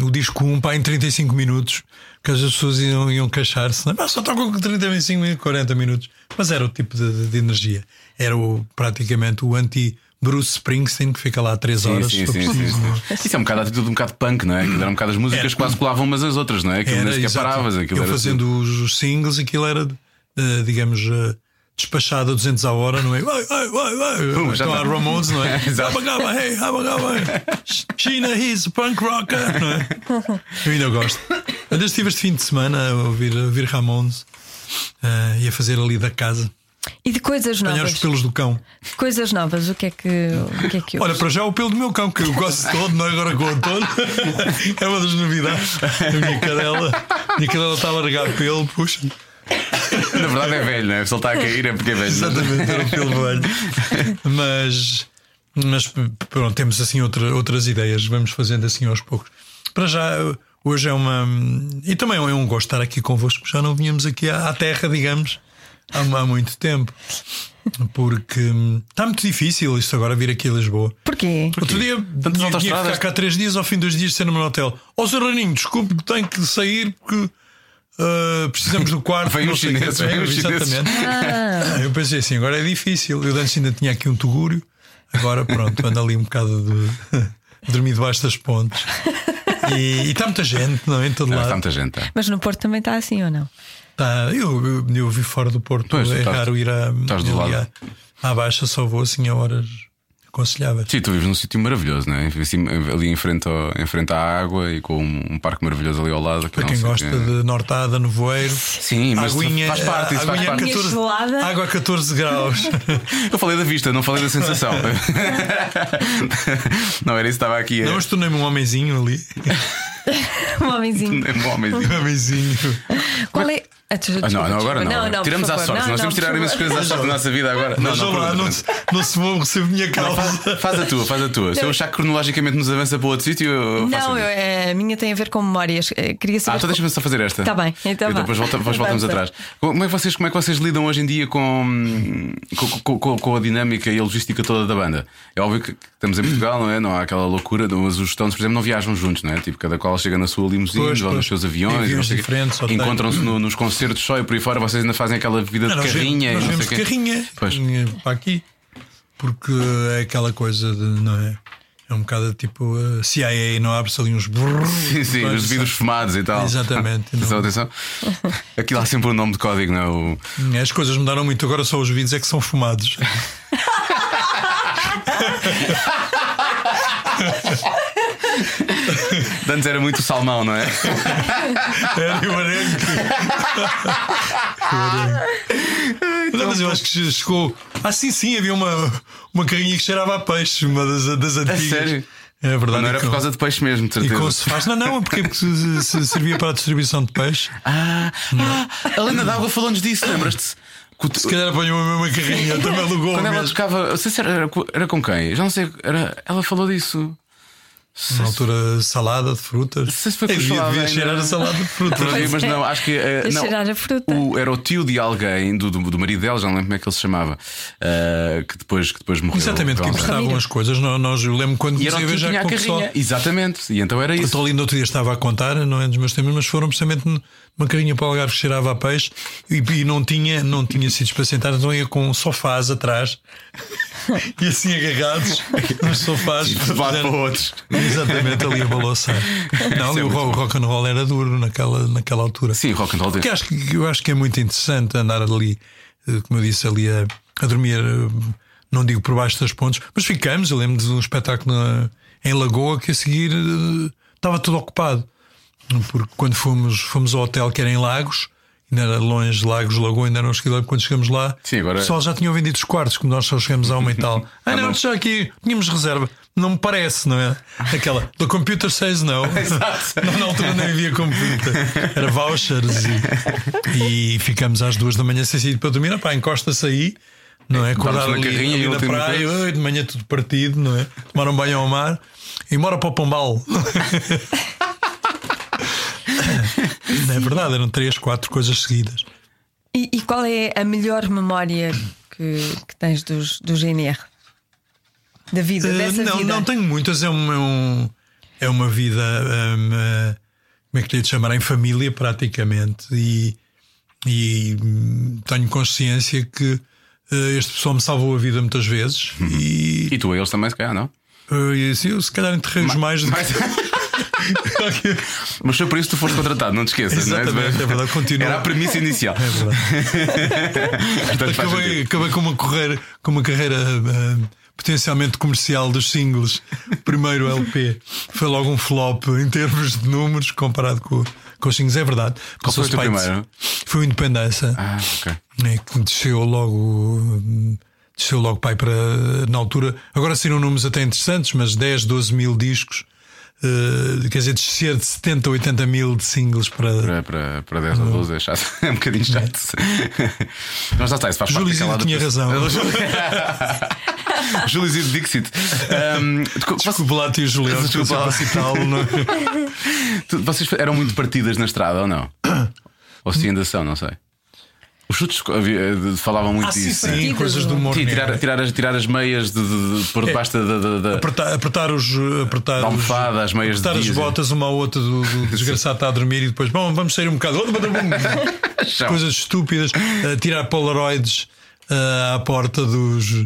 o disco 1 pá, em 35 minutos, que as pessoas iam, iam queixar-se. "Ah, Só tocam com 35 minutos, 40 minutos. Mas era o tipo de, de- de energia. Era o, praticamente o anti-Bruce Springsteen, que fica lá 3 Sim, horas. sim, se for sim, sim, preciso. sim. Isso é um bocado a atitude um bocado punk, não é? Aquilo Era um bocado as músicas Era. quase colavam umas às outras, não é? Aquilo Era, nem sequer exato. paravas. Aquilo Eu era fazendo os, os singles, aquilo era, eh, digamos, eh, despachado a 200 a hora, não é? Vai, vai, vai, vai. já Então tá. há Ramones, não é? *laughs* Exato. Abagaba, hey, abagaba. China, he's a punk rocker, não é? Eu ainda gosto. Ainda estive este fim de semana a ouvir, a ouvir Ramones. eh, e a fazer ali da casa, E de coisas apanhar os novas. pelos do cão. Coisas novas, o que é que, o que, é *laughs* que Olha, ouves? para já o pelo do meu cão, que eu gosto todo, não é agora com o Antônio. É uma das novidades. A minha cadela, a minha cadela está a largar pelo, puxa. assim. *laughs* Na verdade é velho, não é? Se ele está a cair é porque é velho. Exatamente, era o pelo velho. Mas, mas p- pronto, temos assim outra- outras ideias, vamos fazendo assim aos poucos. Para já, hoje é uma. E também é um gosto estar aqui convosco, já não vínhamos aqui à, à terra, digamos, há, há muito tempo. Porque hum, está muito difícil isto agora vir aqui a Lisboa. Porquê? Outro dia Tantas tinha, tinha que autoestradas. ficar cá três dias, ao fim dos dias ser no meu hotel. Ó Sr. Raninho, desculpe que tenho que sair porque ah, precisamos do quarto. Vem não os sei o quê. É, chineses, vem os Exatamente. chineses. Eu pensei assim, agora é difícil. Eu antes ainda tinha aqui um *laughs* tugúrio, agora pronto, ando ali um bocado de dormir debaixo das pontes. E está muita gente, não é? Em todo Não, lado. está muita gente. tá. Mas no Porto também está assim ou não? *laughs* Tá, eu, eu, eu vi fora do Porto, Pois, é estás- raro ir a, estás do ali lado. à, à baixa, só vou assim a horas aconselháveis. Sim, tu vives num sítio maravilhoso, não é? Assim, ali em frente, ao- em frente à água e com um, um parque maravilhoso ali ao lado. é um Para quem gosta de nortada, nevoeiro, Sim, mas aguinha, faz parte, isso faz aguinha parte. 14 gelada. água a 14 graus. *laughs* Eu falei da vista, não falei da sensação. *laughs* não era isso, estava aqui. não, mas tornei-me um homenzinho *laughs* ali. Um homenzinho. é... Bom, mas... Um homenzinho. Qual é. Ah, tu- Ah, não, desculpa, não, agora desculpa. não. Tiramos por à favor. sorte. Não, Nós não, temos de tirar por imensas favor. coisas à sorte da nossa vida agora. Mas não, olha não, lá, pergunta, pergunta. não, se- não se vão receber minha causa. Faz, faz a tua, faz a tua. Se eu achar que cronologicamente nos avança para outro sítio, eu faço Não, a minha. eu, eh, a minha tem a ver com memórias. Eh, Queria Ah, saber. então deixa-me só fazer esta. Tá bem, então Eu vá. depois, volta- depois voltamos Avança. atrás. Como é, que vocês, como é que vocês lidam hoje em dia com, com, com- com- com a dinâmica e a logística toda da banda? É óbvio que estamos em Portugal, não é? Não há aquela loucura, não- mas os estones, por exemplo, não viajam juntos, não é? Tipo, cada qual chega na sua limusine, Pois, ou pois. nos seus aviões, Aviões e não sei o quê. diferentes, ou tem- encontram-se no- nos concertos só e por aí fora, vocês ainda fazem aquela vida Não, de nós carrinha vemos, e nós não vemos sei quê. carrinha Pois. em- para aqui, porque é aquela coisa de, não é? É um bocado tipo a CIA, não abre-se ali uns *laughs* brrr, Sim, sim, depois, os vidros fumados e tal. *laughs* Exatamente, Atenção, não. atenção. Aquilo há sempre um nome de código, não é? O- sabe? As coisas mudaram muito, agora só os vidros é que *laughs* são fumados. de Antes era muito salmão, não é? Era o arenque. Não, mas eu acho que chegou. Ah, sim, sim, havia uma, uma carrinha que cheirava a peixe, uma das, das antigas. sério? É verdade. Não era e por com- causa de peixe mesmo, de E certeza. com se faz. Não, não, porque se- se servia para a distribuição de peixe. Ah, ah, a Helena D'Água falou-nos disso, lembras-te? Que o t- Se calhar apanhou a mesma *laughs* carrinha, também alugou a Quando é ela mesma. tocava, eu sei se era, era co- era com quem? Já não sei, era, ela falou disso. Na altura, salada de frutas. sei se foi com né? É, devia, salada devia ainda. cheirar a salada de frutas. Outro um dia, mas não, acho que. eh, A não, cheirar a fruta. o- era o tio de alguém, do, do, do marido dela, já não lembro como é que ele se chamava, eh, que, depois, que depois morreu. Exatamente, que Pronto. emprestavam as coisas. Nós, nós, eu lembro quando E era o comecei tio que a viajar tinha a com o pessoal. carrinha. Exatamente, e então era Eu isso. estou ali no outro dia estava a contar, não é dos meus temas, mas foram precisamente numa carrinha para o Algarve que cheirava a peixe e, e não tinha, não tinha sítios para sentar, então ia com sofás atrás *laughs* e assim agarrados nos sofás. De um lado para é o outro. Exatamente, ali *laughs* a balançar. Não, ali o ro- o rock and roll era duro naquela, naquela altura. Sim, rock and roll. Porque acho que, eu acho que é muito interessante andar ali, eh, como eu disse, ali a, a dormir, eh, não digo por baixo das pontes, mas ficamos. Eu lembro de um espetáculo na- em Lagoa que a seguir eh, estava tudo ocupado. Porque quando fomos, fomos ao hotel que era em Lagos, ainda era longe, Lagos, Lagoa, ainda não cheguei lá, quando chegamos lá, Sim, agora- o pessoal já tinham vendido os quartos, como nós só chegamos a uma *laughs* e tal. É Ah, não, já aqui tínhamos reserva. Não me parece, não é? Aquela, do computer *laughs* says no. não, na altura nem havia computer. Era vouchers e, e ficamos às duas da manhã sem sítio para dormir. Ah, pá, encosta-se aí, não é? Acordar na ali, carrinha ali e um na última praia, coisa. ai, de manhã tudo partido, não é? Tomar um banho ao mar e mora para o Pombal. *laughs* *laughs* não é verdade, eram três, quatro coisas seguidas. E, e qual é a melhor memória que, que tens dos, do GNR? Da vida, Eh, dessa não, vida? não tenho muitas. É, um, é, um- é uma vida, hum, eh, como é que lhe hei de chamar? Em família, praticamente. E, e, hum, tenho consciência que eh, este pessoal me salvou a vida muitas vezes. E, E tu a eles também, se calhar, não? eh, e assim, eu se calhar enterrei-os mais do *laughs* Mas, *laughs* que. mas foi por isso que tu foste contratado, não te esqueças, não Exatamente, é verdade, continua. Era a premissa inicial. É verdade. Portanto, faz acabei, sentido. acabei com uma carreira, com uma carreira ah, potencialmente comercial dos singles. Primeiro LP foi logo um flop em termos de números comparado com, com os singles, é verdade. Qual foi o Passou-se teu para- primeiro? Foi o Independência, Ah, ok. né, que desceu logo. hum, Desceu logo pai para. Na altura. Agora saíram números até interessantes, mas 10, 12 mil discos. ah, quer dizer, descer de 70, 80 mil de singles para, Para, para, para 10 ou 12 é chato. *laughs* É um bocadinho chato. Mas já está, isso faz parte Júlio daquela Isidro outra tinha pessoa. *laughs* razão. Júlio Isidro Dixit. Ahm, de co- vocês- Desculpa lá, tio Julião, Desculpa desculpa lá. lá citá-lo. *laughs* não é? tu- vocês eram muito partidas na estrada ou *clears throat* não? Ou se ainda são, não sei. Os chutes co- havia- eh, de- falavam muito Ah, sim, disso. sim, né? coisas do humor Sim, negro. tirar, tirar, as, tirar as meias de, de- de- por debaixo da, da- da- da- É. Apertar, apertar os. Apertar Da os- almofada, as um meias de Apertar as diesel. botas uma à outra do, *laughs* do desgraçado está a dormir e depois, bom, vamos sair um bocado. chão. coisas estúpidas. eh, tirar polaroids eh, à porta dos.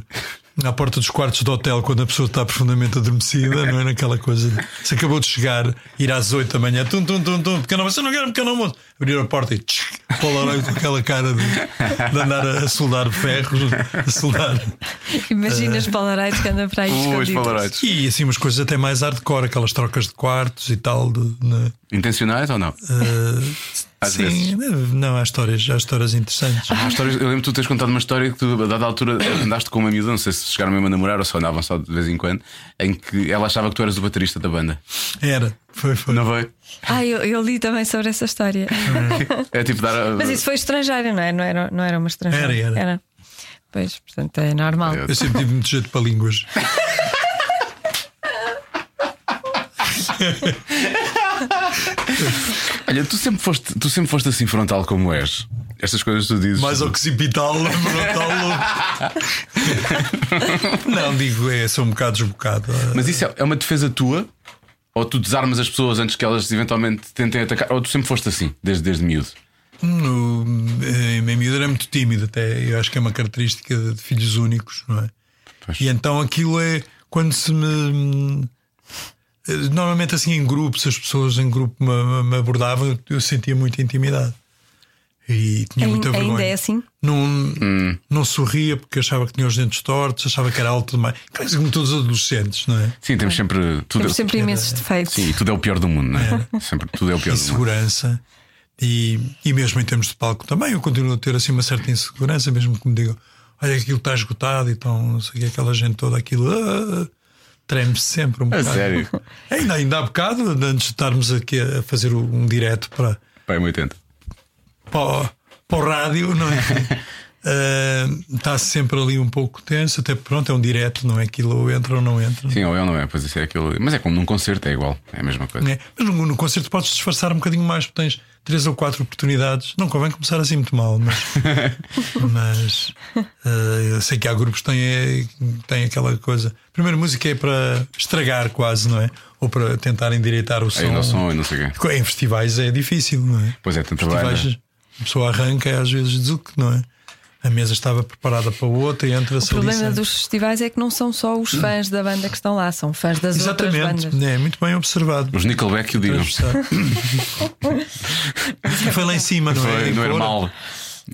na porta dos quartos do hotel quando a pessoa está profundamente adormecida, não é naquela coisa de, se acabou de chegar, ir às 8 da manhã, tum, tum, tum, tum, pequeno almoço, eu não quero um pequeno almoço. Abrir a porta e tchic, polaroid com aquela cara de, de andar a, a soldar ferros, a soldar. *laughs* Imagina Eh. os Polaroids que andam para *laughs* aí Os escondidos. Polaroids. E assim umas coisas até mais hardcore, aquelas trocas de quartos e tal. De, né? Intencionais ou não? Às Sim, vezes. não, há histórias, há histórias interessantes. Há histórias- eu lembro que tu teres contado uma história que tu, a dada altura, andaste com uma miúda, não sei se chegaram mesmo a namorar ou só andavam só de vez em quando, em que ela achava que tu eras o baterista da banda. Era, foi, foi. Não foi? Ah, eu, eu li também sobre essa *laughs* história. Hum, É tipo dar. a- *laughs* Mas isso foi estrangeiro, não é? Não era, não era uma estrangeira. Era, era. Pois, portanto, é normal. É. Eu sempre tive muito jeito para línguas. Olha, tu sempre, foste, tu sempre foste assim frontal como és. Estas coisas que tu dizes. Mais occipital, *laughs* frontal. *laughs* não, digo, é, sou um bocado desbocado. Mas isso é, é uma defesa tua? Ou tu desarmas as pessoas antes que elas eventualmente tentem atacar? Ou tu sempre foste assim, desde, desde miúdo? No, em minha miúda era muito tímido, até. Eu acho que é uma característica de, de filhos únicos, não é? Pois. E então aquilo é quando se me. eh, Normalmente, assim, em grupos, as pessoas em grupo me- me, me abordavam, eu- eu sentia muita intimidade. E tinha Ain- muita ainda vergonha. é assim? Não, não sorria porque achava que tinha os dentes tortos, achava que era alto demais. Quase como todos os adolescentes, não é? Sim, temos sempre. Tudo Ah. Temos sempre imensos defeitos. Sim, e tudo é o pior do mundo, não é? *laughs* Sempre tudo é o pior do mundo. insegurança e, e mesmo em termos de palco também eu continuo a ter assim uma certa insegurança mesmo que me digam olha aquilo está esgotado então não sei o que aquela gente toda aquilo ah, treme sempre um A *laughs* bocado sério. ainda, ainda há bocado antes de estarmos aqui a fazer o- um direto para, Pai, é 80. para, o- para o rádio não *laughs* é Ah, está sempre ali um pouco tenso até pronto é um direto não é aquilo ou entra ou não entra Sim, ou é ou não é? Pois isso é aquilo. Mas é como num concerto, é igual. É a mesma coisa. né? Mas no, no concerto podes disfarçar um bocadinho mais, porque tens três ou quatro oportunidades. Não convém começar assim muito mal, *laughs* mas, mas eh, eu sei que há grupos que têm, eh, que têm aquela coisa. A primeira música é para estragar, quase, não é? Ou para tentar endireitar o som. Ainda o som e não sei o quê. Em festivais é difícil, não é? Pois é, tanto festivais, trabalho. a pessoa arranca e às vezes desuque, não é? A mesa estava preparada para outra e entra O problema dos festivais é que não são só os fãs da banda que estão lá, são fãs das outras Hum. Exatamente, bandas. é muito bem observado. *laughs* Os Nickelback que o digam. Foi lá em cima, não é? Foi, não era Fora. mal.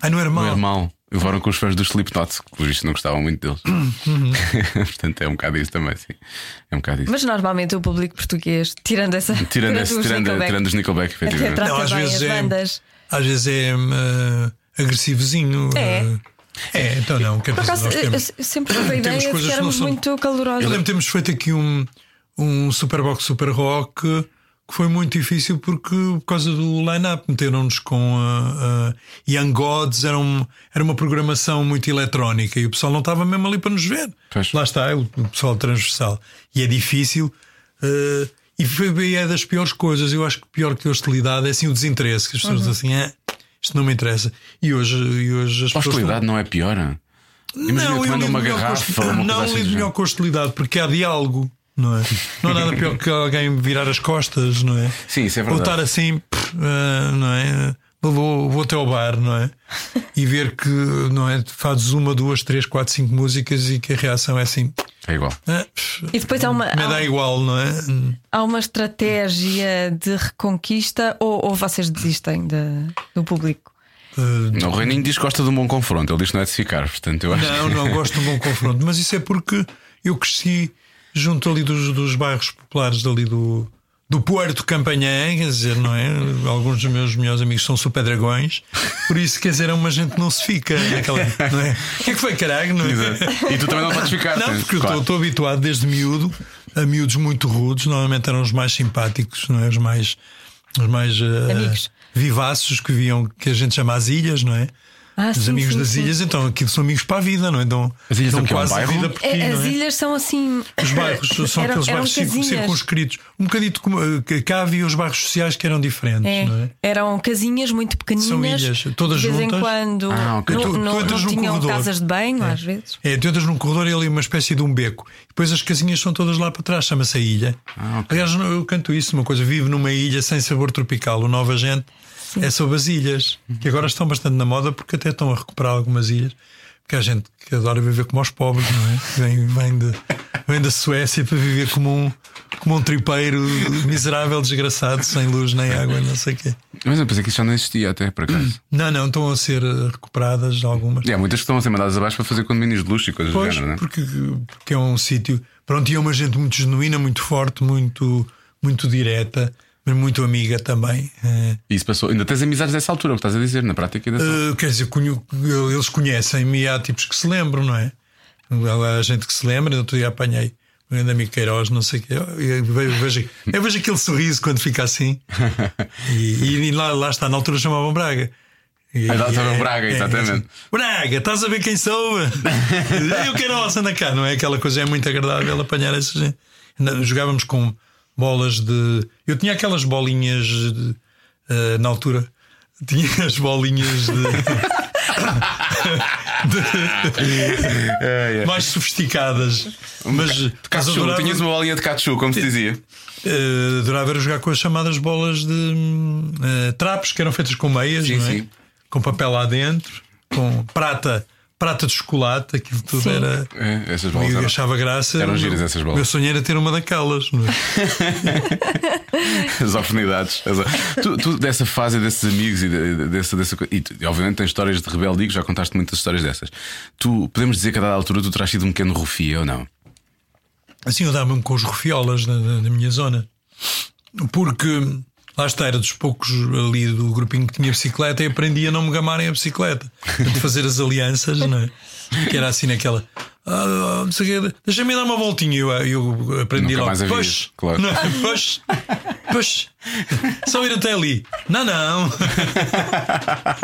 Ah, não era mal. Não era mal. Levaram com os fãs dos Slipknot, que por isso não gostavam muito deles. Uhum. *laughs* Portanto, é um bocado isso também, sim. É um bocado isso. Mas normalmente o público português, *laughs* tirando essa. é Tirando, esse- os tirando, Nickelback, tirando os Nickelback, Até efetivamente. trata Não, às bem vezes as é- bandas. Às vezes é eh, agressivozinho. É. eh. É, então não, quer Por dizer, acaso, nós eu, eu temos. sempre tive a temos ideia de que coisas que não éramos são- muito Eu calorosos. lembro que temos feito aqui um, um Superbox Super Rock que foi muito difícil porque por causa do line-up meteram-nos com a, a Young Gods, era, um- era uma programação muito eletrónica e o pessoal não estava mesmo ali para nos ver. Pois. Lá está, é o, o pessoal transversal. E é difícil. eh, e foi, é das piores coisas. Eu acho que pior que a hostilidade é assim o desinteresse, que as pessoas dizem assim, ah, isto não me interessa. E hoje, e hoje as A pessoas. estão- hostilidade não é pior. Imagina não, que eu manda lido uma melhor com garrafa hosti- ou uma Não, coisa assim lido do melhor género. com hostilidade porque há diálogo, não é? Não há nada pior que alguém me virar as costas, não é? Sim, isso é Ou verdade. estar assim, pff, ah, não é? Vou- Vou, vou até ao bar, *laughs* não é? E ver que, não é? Fazes uma, duas, três, quatro, cinco músicas e que a reação é assim. É igual. ah, pff, E depois há uma, me há, Ah. dá igual, não é? há uma estratégia de reconquista ou, ou vocês desistem de- do público? Ah, Não, O Reininho diz que gosta de um bom confronto. Ele diz que não é de se ficar. Portanto, eu acho Não, que. não gosto de um bom confronto, mas isso é porque eu cresci junto ali dos, dos bairros populares dali do, do Puerto Campanhã, quer dizer, não é? Alguns dos meus melhores amigos são super dragões, por isso, quer dizer, é uma gente que não se fica naquela, não é? O que é que foi, caralho? Não *laughs* é? Exato. E tu também não podes ficar. Não, tens- porque eu claro. estou habituado desde miúdo a miúdos muito rudes, normalmente eram os mais simpáticos, não é? Os mais, os mais eh, Amigos. vivaços que viam que a gente chama as ilhas, não é? Ah, os sim, amigos sim, das sim. ilhas, então aquilo são amigos para a vida, não é? Dão, As ilhas dão são o quê? Um quase a bairro? vida por ti, É, não as é? ilhas são assim. Os bairros *laughs* eram- são aqueles eram bairros circun- casinhas. circunscritos, um bocadito como eh, que cá havia os bairros sociais que eram diferentes, É, não é? Eram casinhas muito pequeninas. São ilhas, todas de vez juntas. em quando. Ah, ok. não, Tu- tu não- entras não num tinham corredor. casas de banho, às vezes. É, tu entras num corredor e ali é uma espécie de um beco. Depois as casinhas são todas lá para trás, chama-se a ilha. Aliás, eu canto isso, uma coisa, vivo numa ilha sem sabor tropical. O Nova Gente é sobre as ilhas, que agora estão bastante na moda porque até estão a recuperar algumas ilhas. Porque há gente que adora viver como aos pobres, não é? Vem, vem, de, vem da Suécia para viver como um, como um tripeiro miserável, desgraçado, sem luz nem água, não sei o quê. Mas eu pensei que isso já não existia até, por acaso. Não, não, estão a ser eh, recuperadas algumas. E há muitas que estão a ser mandadas abaixo para fazer condomínios de luxo e coisas do Pois, género, não é? porque, porque é um sítio. Pronto, e é uma gente muito genuína, muito forte, muito, muito direta, mas muito amiga também. eh. E isso passou. Ainda tens amizades dessa altura, é o que estás a dizer, na prática dessa altura. Eh, quer dizer, conhe- eles conhecem-me e há tipos que se lembram, não é? Há gente que se lembra, outro dia apanhei um grande amigo Queiroz, não sei o quê. Eu vejo, vejo- eu vejo aquele sorriso quando fica assim. E, e lá, lá está, na altura chamavam Braga. E, Ah, da altura Braga, exatamente. É, Braga, estás a ver quem sou? *laughs* Eu quero a anda cá, não é? Aquela coisa é muito agradável apanhar essa gente. Na- Jogávamos com bolas de. Eu tinha aquelas bolinhas de- eh, na altura. Tinha as bolinhas de- *laughs* mais sofisticadas. Mas, mas Cachu, adorava, tinhas uma bolinha de cachu, como se dizia. eh, adorava era jogar com as chamadas bolas de hum, eh, trapos que eram feitas com meias, Sim, não é? sim. com papel lá dentro, com prata, prata de chocolate, aquilo tudo era. É, essas bolas Eu eram- achava graça. eram o giras meu- essas bolas. Meu sonho era ter uma daquelas. não é? As oportunidades. As- Tu, tu dessa fase desses amigos e de- de- dessa, dessa co- e, tu- e obviamente tens histórias de rebelde, que já contaste muitas histórias dessas. Tu podemos dizer que a dada altura tu terás sido um pequeno rufia ou não? Assim eu dava-me com os rufiolas na, na- na minha zona. Porque lá está, era dos poucos ali do grupinho que tinha bicicleta e aprendi a não me gamarem *laughs* a bicicleta. De fazer as alianças, não é? Que era assim naquela. "Ah, não sei o quê, Deixa-me dar uma voltinha. Eu, eu aprendi Nunca logo. mais havia, Pois, claro. *laughs* não é? pois, pois, só ir até ali. *laughs* Não, não. *laughs*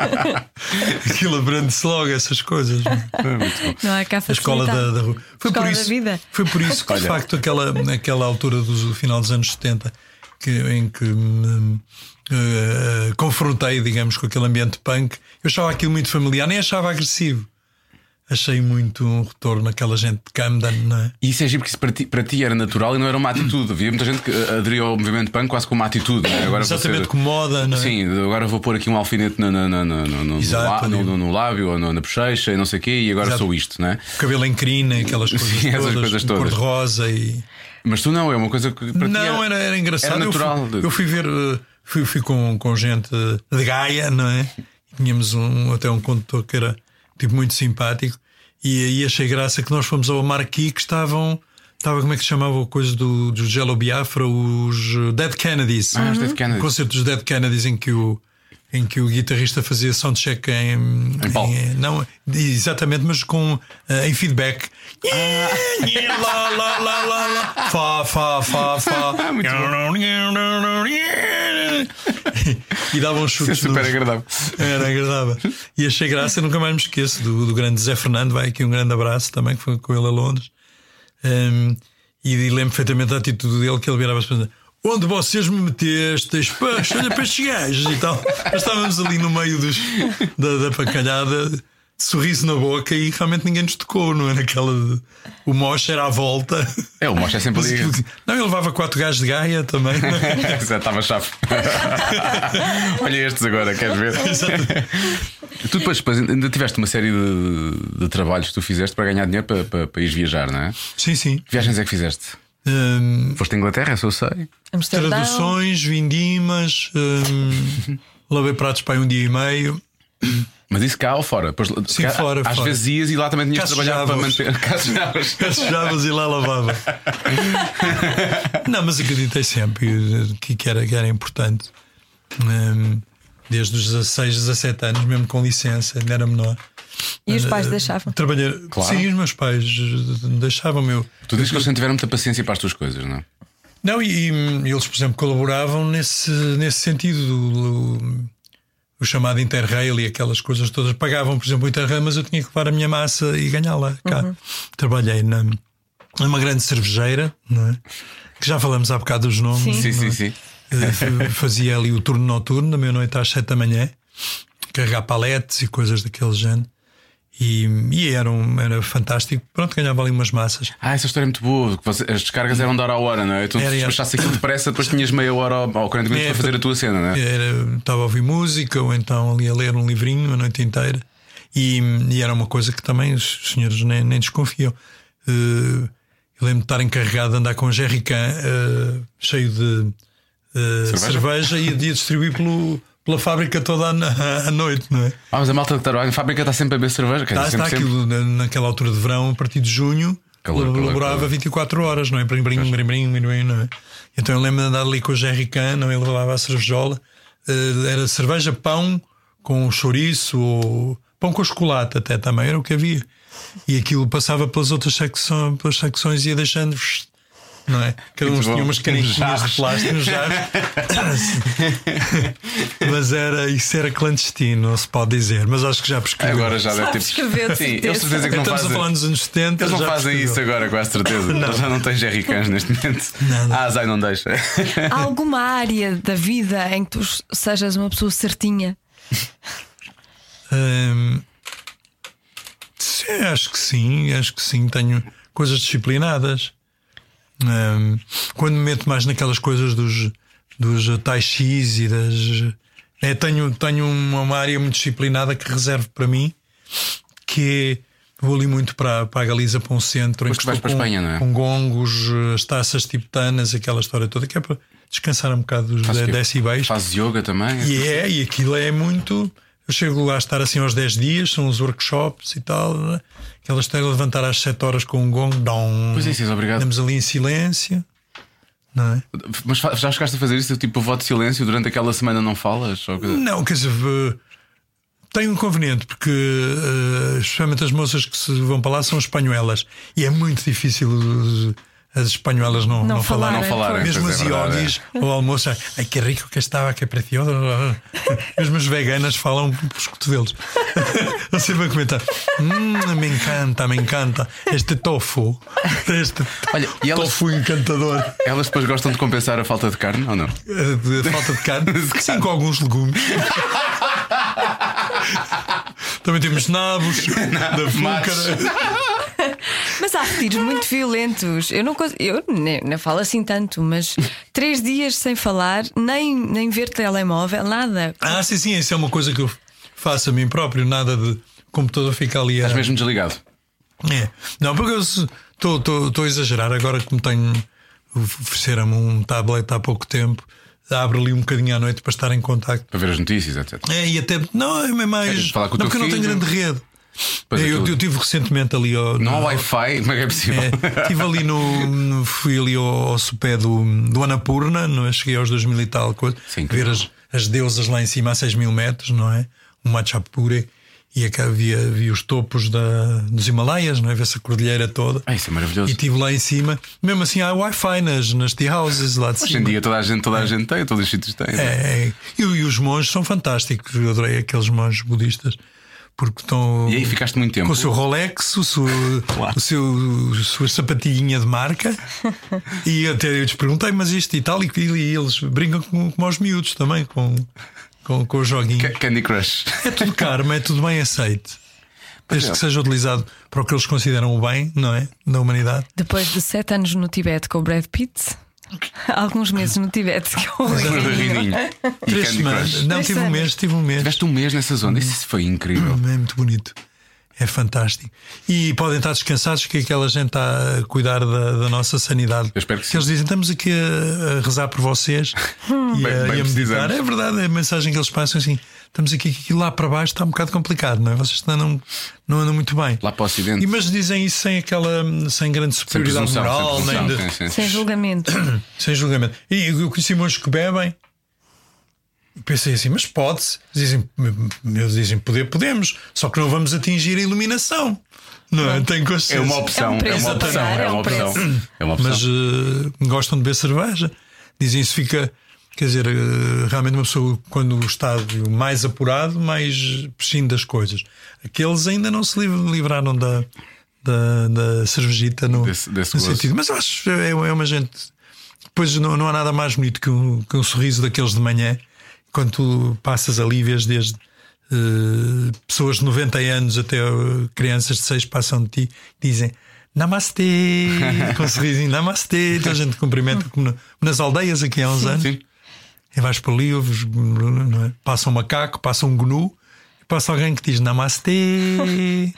Aquilo aprende-se logo, essas coisas. não é? Não é cá A escola da, da rua. Foi Escola por da isso, vida. Foi por isso que, de Olha. facto, aquela, naquela altura do final dos anos 70, que, em que me eh, confrontei, digamos, com aquele ambiente punk, eu achava aquilo muito familiar, nem achava agressivo. Achei muito um retorno àquela gente de Camden, não é? E isso é giro porque isso para ti, para ti era natural e não era uma atitude. Havia muita gente que eh, aderia ao movimento punk quase como uma atitude. né? Agora vou Exatamente ser- como moda, não é? Sim, agora vou pôr aqui um alfinete no, no, no, no, no- no- Exato, no- ali. no- no lábio ou no- na bochecha e não sei o quê, e agora Exato. sou isto, não é? O cabelo em crina, aquelas coisas Sim, essas todas, um coisas de todas. cor-de-rosa e. Mas tu não, é uma coisa que para ti Não, era, era engraçado. Era Eu fui- natural. Eu, fui, ver, eh, fui, fui com, com gente eh, de Gaia, não é? Tínhamos um, até um condutor que era tipo muito simpático, e aí achei graça que nós fomos ao Marquis que estavam. Estava, como é que se chamava a coisa do, do Gelo Biafra? Os eh, Dead Kennedys. Ah, os Dead Kennedys. Um concerto dos Dead Kennedys em que o, em que o guitarrista fazia soundcheck em. Em palco. não, exatamente, mas com, eh, em feedback. Ah. lá, lá, lá, lá, lá. Fá, fá, fá, fá. *laughs* e davam Isso é chutes. super nos- agradável. Era agradável. E achei graça, nunca mais me esqueço do, do grande Zé Fernando. Vai aqui um grande abraço também, que foi com ele a Londres. Hum, e lembro perfeitamente da atitude dele, que ele virava-se para dizer, Onde vocês me metestes? Poxa, olha para estes gajos e tal. Nós estávamos ali no meio dos, da, da pacalhada, de sorriso na boca e realmente ninguém nos tocou, não era aquela. De, o moche era à volta. É, o Mocha é sempre Mas aquilo ali. *laughs* que- Não, ele levava quatro gajos de Gaia também. é? Estava chave. *laughs* Olha estes agora, queres ver? tu depois, depois ainda tiveste uma série de, de trabalhos que tu fizeste para ganhar dinheiro para, para, para ir viajar, não é? Que Sim, sim. viagens é que fizeste? Hum, Foste à Inglaterra, se eu sei. Amsterdão. Traduções, vindimas, hum, lavei pratos para aí um dia e meio. Mas isso cá ou fora? Depois, Sim, cá- fora, Às fora. vezes ias e lá também tinhas de trabalhar para Caçujavas. manter. *laughs* Caçujavas. Sujavas e lá lavava. Não, mas acreditei sempre que, que era, que era importante. Hum, desde os 16, 17 anos, mesmo com licença, ainda era menor. E os eh, pais deixavam. Trabalhei. Claro. Sim, os meus pais deixavam-me. eu- tu dizes que eles não tiveram muita paciência para as tuas coisas, não é? Não, e, e, hum, eles, por exemplo, colaboravam nesse, nesse sentido do, do- o chamado Interrail e aquelas coisas todas. Pagavam, por exemplo, o Interrail, mas eu tinha que levar a minha massa e ganhá-la cá. Trabalhei na, numa grande cervejeira, não é? que já falamos há bocado dos nomes. Sim, não sim, é? sim. Eh, f- Fazia ali o turno noturno, da meia-noite às sete da manhã, carregar paletes e coisas daquele género. E, e era, um- era fantástico. Pronto, ganhava ali umas massas. Ah, essa história é muito boa. que você- As descargas eram de hora a hora, não é? Tu Era, era. despachasse aquilo depressa, depois tinhas meia hora ou ou 40 minutos É, para fazer a tua cena, não é? Era- estava a ouvir música ou então ali a ler um livrinho a noite inteira. E, e era uma coisa que também os senhores nem, nem desconfiam. Eh, eu lembro de estar encarregado de andar com um jerrycan eh, cheio de eh, cerveja? Cerveja? e de a distribuir pelo- pela fábrica toda à, na- à noite, não é? Ah, mas a malta de Tarouca, a fábrica está sempre a beber cerveja. Quer Está, dizer, está sempre, sempre. aquilo tá na- naquela altura de verão, a partir de junho, Calor, calor, laborava calor. 24 horas, não é? Brim, brim, brim, brim, brim, brim, não é? Então eu lembro de andar ali com o Jerry Can, não é? ele levava a cervejola, eh, era cerveja, pão com chouriço ou pão com chocolate até também, era o que havia. E aquilo passava pelas outras secções, pelas secções e ia deixando. Não é? Cada um Muito bom. tinha umas Uns canequinhas de jarros. plástico *laughs* nos jarros. Mas era, isso era clandestino, não se pode dizer. Mas acho que já prescreveu. Agora já deve ter. Sabes escrever, de Sim, eu certeza. certeza que não Estamos a fazem. falar nos anos 70. Eles não já fazem percebeu. isso agora, com a certeza. Eles já não têm Jerry Cans neste momento. Ah, Zai não deixa. Há alguma área da vida em que tu sejas uma pessoa certinha? Hum, sim, acho que sim, acho que sim. Tenho coisas disciplinadas. Hum, quando me meto mais naquelas coisas dos, dos tai chis e das. é, tenho tenho uma, uma área muito disciplinada que reservo para mim, que é. Vou ali muito para, para a Galiza, para um centro. em Mas tu vais estou para a com- Espanha, não é? Com gongos, as taças tibetanas, aquela história toda, que é para descansar um bocado dos Faz o de- quê? decibéis. Fazes yoga também? E é, e aquilo é muito. Eu chego lá a estar assim aos 10 dias, são os workshops e tal. né? Aquelas têm a levantar às 7 horas com um gong, dom. Pois é, Cis, obrigado. Andamos ali em silêncio, não é? Mas fa- já chegaste a fazer isso? Tipo, voto de silêncio durante aquela semana não falas? Ou coisa- Não, quer dizer, eh, tem um conveniente, porque eh, especialmente as moças que se vão para lá são espanholas e é muito difícil eh, as espanholas não, não, Não falarem. Não falarem, Mesmo pois as é verdade, iogues ou almoço, ai que rico que estava, que precioso. *laughs* Mesmo as veganas falam pelos cotovelos. *laughs* Eu sempre a comentar: é "Hum, me encanta, me encanta este tofu, este Olha, e elas- tofu encantador. Elas depois gostam de compensar a falta de carne ou não? Eh, de de falta *laughs* de carne, sim, com alguns legumes. Também temos nabos, da fúcara. Mas há retiros muito violentos. Eu não, cons- eu nem, nem falo assim tanto, mas três dias sem falar, nem, nem ver telemóvel, nada. Ah, sim, sim, isso é uma coisa que eu faço a mim próprio, nada de computador fica ali a. Estás mesmo desligado. É. Não, porque eu estou a exagerar. Agora, como tenho. Ofereceram-me um tablet há pouco tempo, abro ali um bocadinho à noite para estar em contacto. Para ver as notícias, etc. É, e até. Não, é mais. Queres falar com Não, o teu porque eu não tenho filho? grande rede. Pois É, eu, aquilo- eu tive recentemente ali. ao- Não há ao- Wi-Fi, como é que é possível? É, *laughs* estive ali no, no- Fui ali ao, ao sopé do, do Anapurna, não é? cheguei aos 2000 e tal coisa. Sim, ver claro. as, as deusas lá em cima a 6 mil metros, não é? O Machapure. E é acá via, via os topos da, dos Himalaias, não é? Vê-se a cordilheira toda. Ah, isso é maravilhoso. E estive lá em cima. Mesmo assim, há Wi-Fi nas, nas tea houses lá de Hoje em cima. dia toda a gente, toda a gente tem, todos os sítios têm. não é? É, é. E, e os monges são fantásticos. Eu adorei aqueles monges budistas. Porque estão. E aí ficaste muito tempo. Com o seu Rolex, o seu, o seu a sua sapatilhinha de marca. e até eu lhes perguntei, mas isto e tal, e, e eles brincam com, com os miúdos também, com, com, com o joguinho. Ca- Candy *laughs* Crush. um É tudo karma, é tudo bem aceito. Desde é. que seja utilizado para o que eles consideram o bem, não é? Da humanidade. Depois de sete anos no Tibete com o Brad Pitt, alguns meses no Tibete com o Flor do Rininho. E Três Candy semanas. Crush. Não, tive um mês, tive um mês. Tiveste um mês nessa zona, isso foi incrível. É muito bonito. É fantástico. E podem estar descansados que aquela gente está a cuidar da, da nossa sanidade. Eu espero que sim. Eles dizem: estamos aqui a, a rezar por *laughs* vocês e, Bem- bem a, e a meditar. precisamos. É verdade, é a mensagem que eles passam assim: estamos aqui, que aquilo lá para baixo está um bocado complicado, não é? Vocês não andam, não andam muito bem. Lá para o Ocidente. E mas dizem isso sem aquela sem grande Sem superioridade presunção, moral, sem nem de- presunção. sim, sim. Sem julgamento. sem julgamento. E eu conheci monges que bebem. Pensei assim, mas pode-se. Dizem, eles dizem, poder, podemos. Só que não vamos atingir a iluminação. Não, é? tenho É consciência. uma opção, é, preço uma a opção, pagar, é é uma um opção. É uma opção. Mas eh, gostam de beber cerveja. Dizem, isso fica. Quer dizer, eh, realmente uma pessoa, quando o estádio mais apurado, mais prescinde das coisas. Aqueles ainda não se liv- livraram da, da, da cervejita no, Desse- desse no gozo. sentido. Mas eu acho que é, é uma gente Pois não, não há nada mais bonito que um, que um sorriso daqueles de manhã, quando tu passas ali e vês desde eh, pessoas de 90 anos até eh, crianças de 6 passam de ti e dizem *laughs* Namastê, com um sorrisinho, Namastê. Então a gente cumprimenta como na- nas aldeias aqui há uns anos. Sim. E vais para ali, ouves, não é? passa um macaco, passa um gnu, passa alguém que diz Namastê *laughs*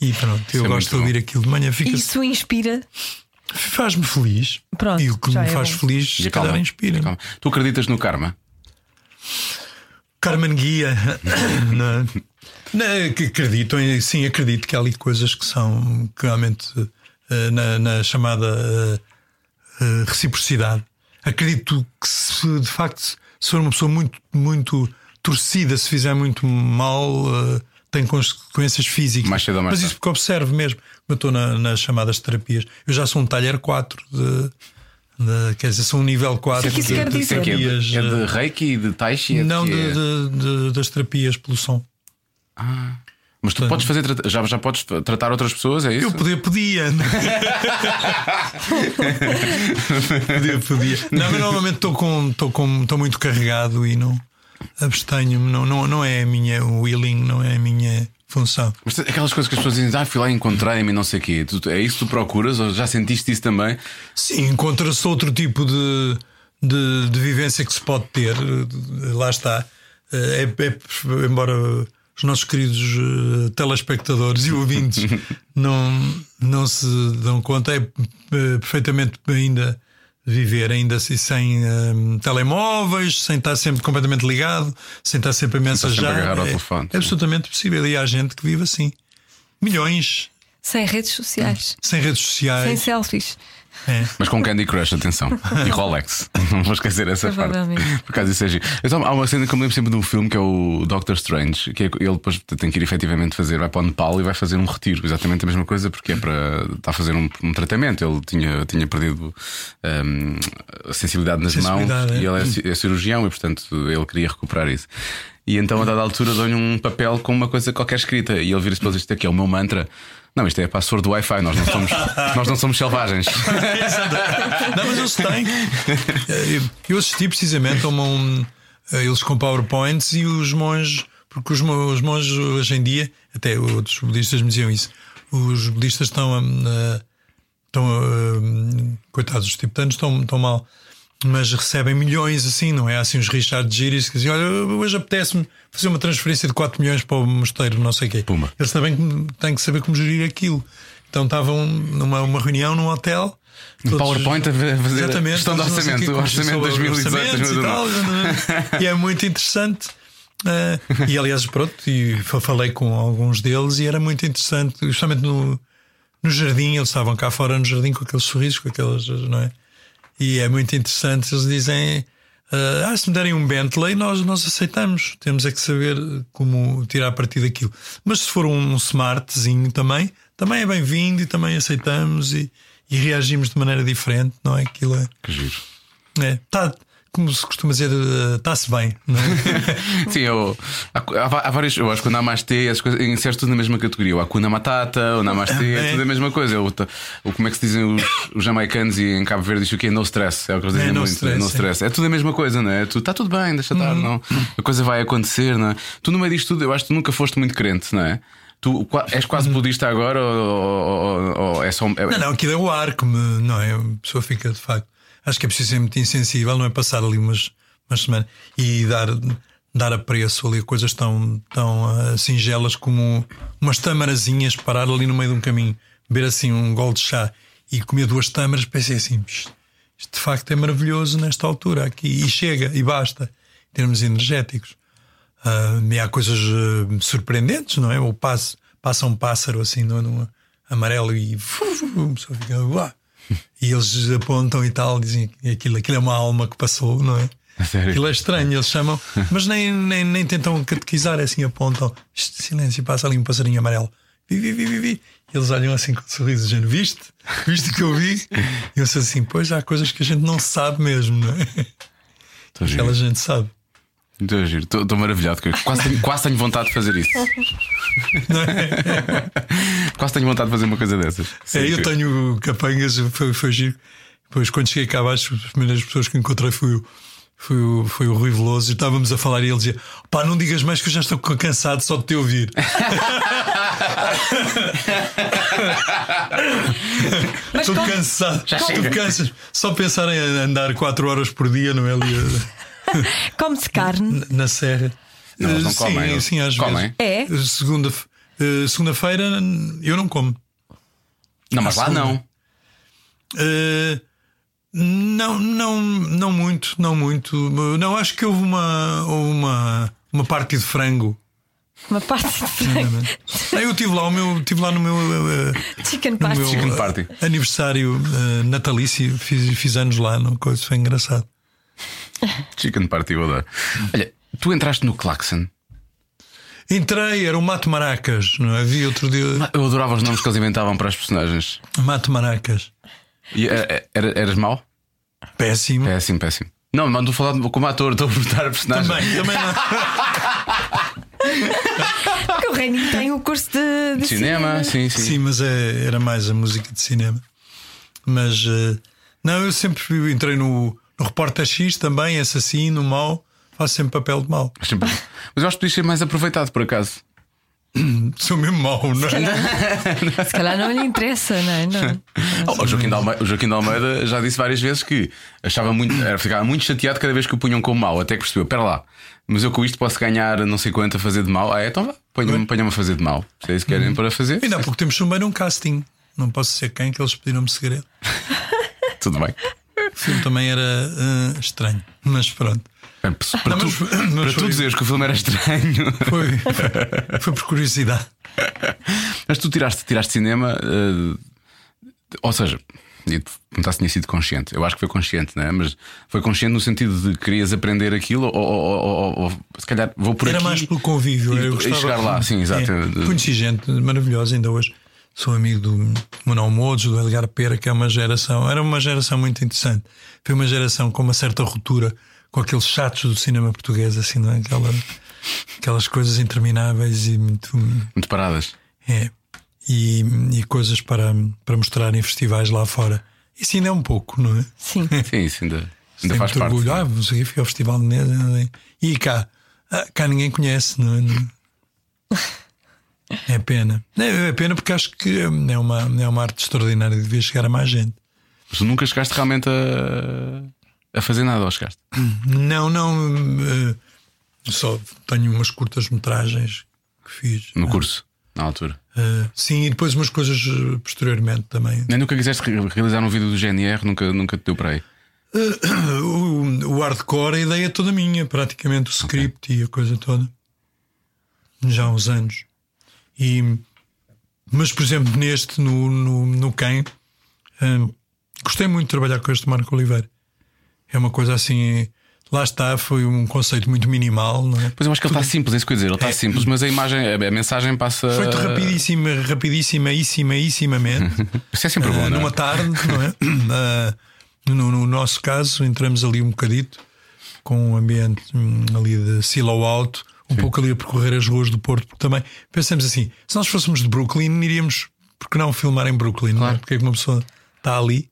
e pronto, eu é gosto de muito ouvir aquilo de manhã, fica Isso inspira. faz-me feliz Pronto, e o que me já é faz bom. feliz se calhar inspira. calma. Tu acreditas no karma? Carmen Guia, *laughs* não, é? Não, que acredito, em- sim, acredito que há ali coisas que são que realmente eh, na, na chamada eh, eh, reciprocidade. Acredito que se de facto se for uma pessoa muito, muito torcida, se fizer muito mal, eh, tem consequências físicas. Mais cedo ou mais Mas tarde. isso porque observo mesmo, como eu estou na- nas chamadas terapias, eu já sou um talher 4 de. de- quer dizer, sou um nível 4 que isso quer de dizer? É, que é, terapias, de, é eh, de reiki, de tai chi? É de não quê? de- de- de- das terapias pelo som. Mas tu podes fazer, trata- já, já podes tratar outras pessoas, é isso? Eu podia, podia. né? não é? podia, podia. Não, mas normalmente estou com, estou com, estou muito carregado e não abstenho-me. Não, não, não é a minha o willing, não é a minha função. Mas aquelas coisas que as pessoas dizem, ah, fui lá e encontrei-me e não sei o quê. Tu- é isso que tu procuras? Ou já sentiste isso também? Sim, encontra-se outro tipo de, de, de vivência que se pode ter. Lá está. Eh, é- é- embora os nossos queridos eh, telespectadores e *laughs* ouvintes não, não se dão conta, é eh, perfeitamente ainda viver, ainda assim, sem eh, telemóveis, sem estar sempre completamente ligado, sem estar sempre a mensajar. agarrado ao é, telefone, é absolutamente possível. E há gente que vive assim. Milhões Sem redes sociais. sem redes Sem sociais. selfies. Mas com Candy Crush, atenção. E Rolex. *laughs* Não vou esquecer essa parte. Provavelmente. Por causa disso é giro. Então, há uma cena que eu me lembro sempre de um filme que é o Doctor Strange, que é, ele depois tem que ir efetivamente fazer, vai para o Nepal e vai fazer um retiro. Exatamente a mesma coisa, porque é para. Está a fazer um, um tratamento. Ele tinha, tinha perdido hum, a sensibilidade nas Sensibilidade, mãos é. e ele é ci- é cirurgião e, portanto, ele queria recuperar isso. E então, a dada altura, dou-lhe um papel com uma coisa qualquer escrita e ele vira-se para ele, isto aqui é o meu mantra. Não, isto é a password do Wi-Fi, nós não somos, nós não somos selvagens. Não, mas eu tenho. Eu- Eu assisti precisamente a uma, um, a eles com PowerPoints e os monges, porque os, mo- os monges hoje em dia, até outros budistas me diziam isso, os budistas estão a. a- estão a- a- coitados, os tibetanos estão, estão mal. Mas recebem milhões assim, não é? Há assim os Richard Giris que dizem: Olha, hoje apetece-me fazer uma transferência de 4 milhões para o mosteiro, não sei o quê. Pumba. Eles também que- têm que saber como gerir aquilo. Então estavam numa uma reunião num hotel. todos- Um PowerPoint a ver- fazer Exatamente. gestão de Não sei orçamento, quê, o orçamento sobre 2018, orçamentos e tal, exatamente. E é muito interessante. Ah, e aliás, pronto, e fa- falei com alguns deles e era muito interessante, justamente no, no jardim, eles estavam cá fora no jardim com aqueles sorrisos, com aquelas, não é? E é muito interessante, eles dizem. ah, ah, se me derem um Bentley, nós, nós aceitamos. Temos é que saber como tirar partido daquilo. Mas se for um smartzinho também, também é bem-vindo e também aceitamos e, e reagimos de maneira diferente, não é? Aquilo é. Que giro. É, tá, como se costuma dizer, está-se bem, não é? Sim, eu, há, há- há vários. Eu acho que o Namastê, essas coisas, inseres tudo na mesma categoria. O Akuna Matata, o Namastê, é É. tudo a mesma coisa. O, ta- o- como é que se dizem os, os jamaicanos e em Cabo Verde diz o que é no stress. É o que eles dizem É, no muito. stress, Uhum. no é. stress. É tudo a mesma coisa, não é? Está tudo bem, deixa estar, não. A coisa vai acontecer, não é? Tu no meio disto tudo, eu acho que tu nunca foste muito crente, não é? Tu qua- és quase budista agora ou, ou- ou- ou é só. é- Uhum. Não, não, aquilo é o ar que me. Não é? A pessoa fica de facto. Acho que é preciso ser muito insensível, não é? Passar ali umas, umas semanas e dar, dar apreço ali a coisas tão, tão ah, singelas como umas tamarazinhas, parar ali no meio de um caminho, beber assim um gol de chá e comer duas tâmaras, pensei assim, "Psh, isto de facto é maravilhoso nesta altura aqui. E chega, e basta, em termos energéticos. Ah, e há coisas ah, surpreendentes, não é? O passo, passa um pássaro assim no, no amarelo e fu- fu- fu, a pessoa fica uá. E eles apontam e tal, dizem que aquilo, aquilo é uma alma que passou, não é? sério? Aquilo é estranho, eles chamam, mas nem, nem, nem tentam catequizar, é assim apontam. "Shh, Silêncio, e passa ali um passarinho amarelo. Vi, vi, vi, vi, vi. E eles olham assim com um sorriso, dizendo: Viste? Viste o que eu vi? E eu sei assim: Pois há coisas que a gente não sabe mesmo, não é? Estou Tá Aquela giro. gente sabe. Estou giro. Estou- estou maravilhado. com- Quase tenho, quase tenho vontade de fazer *laughs* isso. Quase tenho vontade de fazer uma coisa dessas. Sim, É, eu que- tenho capangas, foi, foi giro. Depois, quando cheguei cá abaixo, as primeiras pessoas que encontrei foi o, foi o, foi o Rui Veloso e estávamos a falar e ele dizia: pá, não digas mais que eu já estou cansado só de te *laughs* ouvir. Mas Estou como- cansado, tu cansas. Só pensar em andar 4 horas por dia, não é? Ali eh, come-se carne. na serra. Eh, Não, eles não sim, comem, eles sim, às comem. É? vezes. Segunda, eh, segunda-feira eu não como. Não, mas À lá segunda. não. Eh, não, não, não muito, não muito. Não, acho que houve uma, houve uma, uma parte de frango. Uma parte de frango. Ah, Eu tive lá, o meu, tive lá no meu, eh, Chicken no party. meu, Chicken eh, party. aniversário eh, natalício. Fiz, fiz anos lá, no coisa, foi engraçado. Chicken party, eu adoro. Olha, tu entraste no Claxon. Entrei, era o Mato Maracas, não é? havia outro dia. Eu adorava os nomes que eles inventavam para as personagens. Mato Maracas. E era- era- eras mau? Péssimo. Péssimo, péssimo. Não, mas não estou a falar como ator, estou a perguntar a É. personagem. Também, *laughs* também não. Porque o Reininho tem o curso de, de Cinema, sim, sim. Sim, mas é- era mais a música de cinema. Mas eh, não, eu sempre eu entrei no, no Repórter X também, assassino, mau, faço sempre papel de mau. Mas sempre- Mas eu acho que podia ser mais aproveitado, por acaso. *laughs* Sou mesmo mau, não é? Se calhar não lhe interessa, não é? Não. Oh, o, Joaquim de Almeida, o Joaquim de Almeira já disse várias vezes que achava muito, era, ficava muito chateado cada vez que o punham como mau, até que percebeu, espera lá, mas eu com isto posso ganhar não sei quanto a fazer de mau. Ah, é, então vá, ponham-me ponham a fazer de mau. Se é isso que Uhum. querem para fazer, *laughs* Ainda há pouco temos também um casting. Não posso ser quem, que eles pediram-me segredo. tudo bem. O filme também era eh, estranho, mas pronto. Bem, Para, Não, tu, *coughs* mas- para mas tu foi- dizeres que o filme era estranho, Foi, *laughs* foi por curiosidade. mas tu tiraste, tiraste cinema, eh, ou seja, ia te perguntar se tá, tinha sido consciente. Eu acho que foi consciente, não é? Mas foi consciente no sentido de querias aprender aquilo, ou, ou- ou- ou- ou- se calhar vou por Era aqui. mais pelo convívio. e- eu e gostava chegar lá, sim, exato. É, conheci gente maravilhosa ainda hoje. Sou amigo do Manuel Modos, do Edgar Pera, que é uma geração. Era uma geração muito interessante. Foi uma geração com uma certa ruptura com aqueles chatos do cinema português, assim, não é? Aquela- aquelas coisas intermináveis e muito. Muito paradas. É. E, e coisas para, para mostrar em festivais lá fora. Isso ainda é um pouco, não é? *laughs* Sim. Sim, isso ainda, ainda Tem faz muito parte. orgulho. Ah, não sei, fui ao Festival de Neza. não sei. E cá, Ah, cá ninguém conhece, não é? *laughs* Não- É pena. É, é pena porque acho que hum, é uma, é uma arte extraordinária, devia chegar a mais gente. Mas tu nunca chegaste realmente a, a fazer nada, ou chegaste? Não, não. hum, eh, Só tenho umas curtas metragens que fiz. No curso, na altura. Eh, sim, e depois umas coisas eh, posteriormente também. Nem nunca quiseste re- realizar um vídeo do GNR, nunca, nunca te deu para aí. O, o hardcore, a ideia é toda minha, praticamente o script e a coisa toda. Já há uns anos. E, mas, por exemplo, neste, no, no, no Quem, hum, gostei muito de trabalhar com este Marco Oliveira. É uma coisa assim. Lá está, foi um conceito muito minimal, não é? Pois eu acho que ele está simples, é isso que eu ia dizer. Ele está simples, mas a imagem, a, a mensagem passa. Feito rapidíssima, rapidíssima, Isso é sempre bom, Ah, não é? numa tarde, *coughs* não é? Ah, no, no nosso caso, entramos ali um bocadito com um ambiente hum, ali de silo alto, um pouco ali a percorrer as ruas do Porto, porque também pensamos assim: se nós fôssemos de Brooklyn, iríamos, porque não filmar em Brooklyn, não é? Porque é que uma pessoa está ali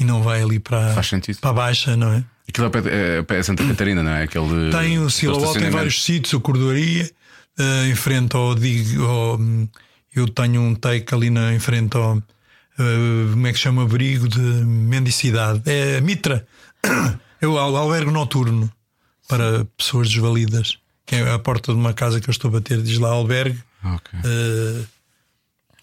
e não vai ali para, Faz sentido. para a baixa, não é? Aquilo é, o pé de- é, é Santa Catarina, não é? Aquele. Tem o aquele silo alto em estacionamento. vários sítios, o Cordoaria, eh, em frente ao, Dig- ao, hum, Eu tenho um take ali na, em frente ao. eh, como é que chama? Abrigo de Mendicidade. É Mitra. *coughs* É o al- albergue noturno para pessoas desvalidas. Que é a porta de uma casa que eu estou a bater, diz lá albergue Ah, ok. eh,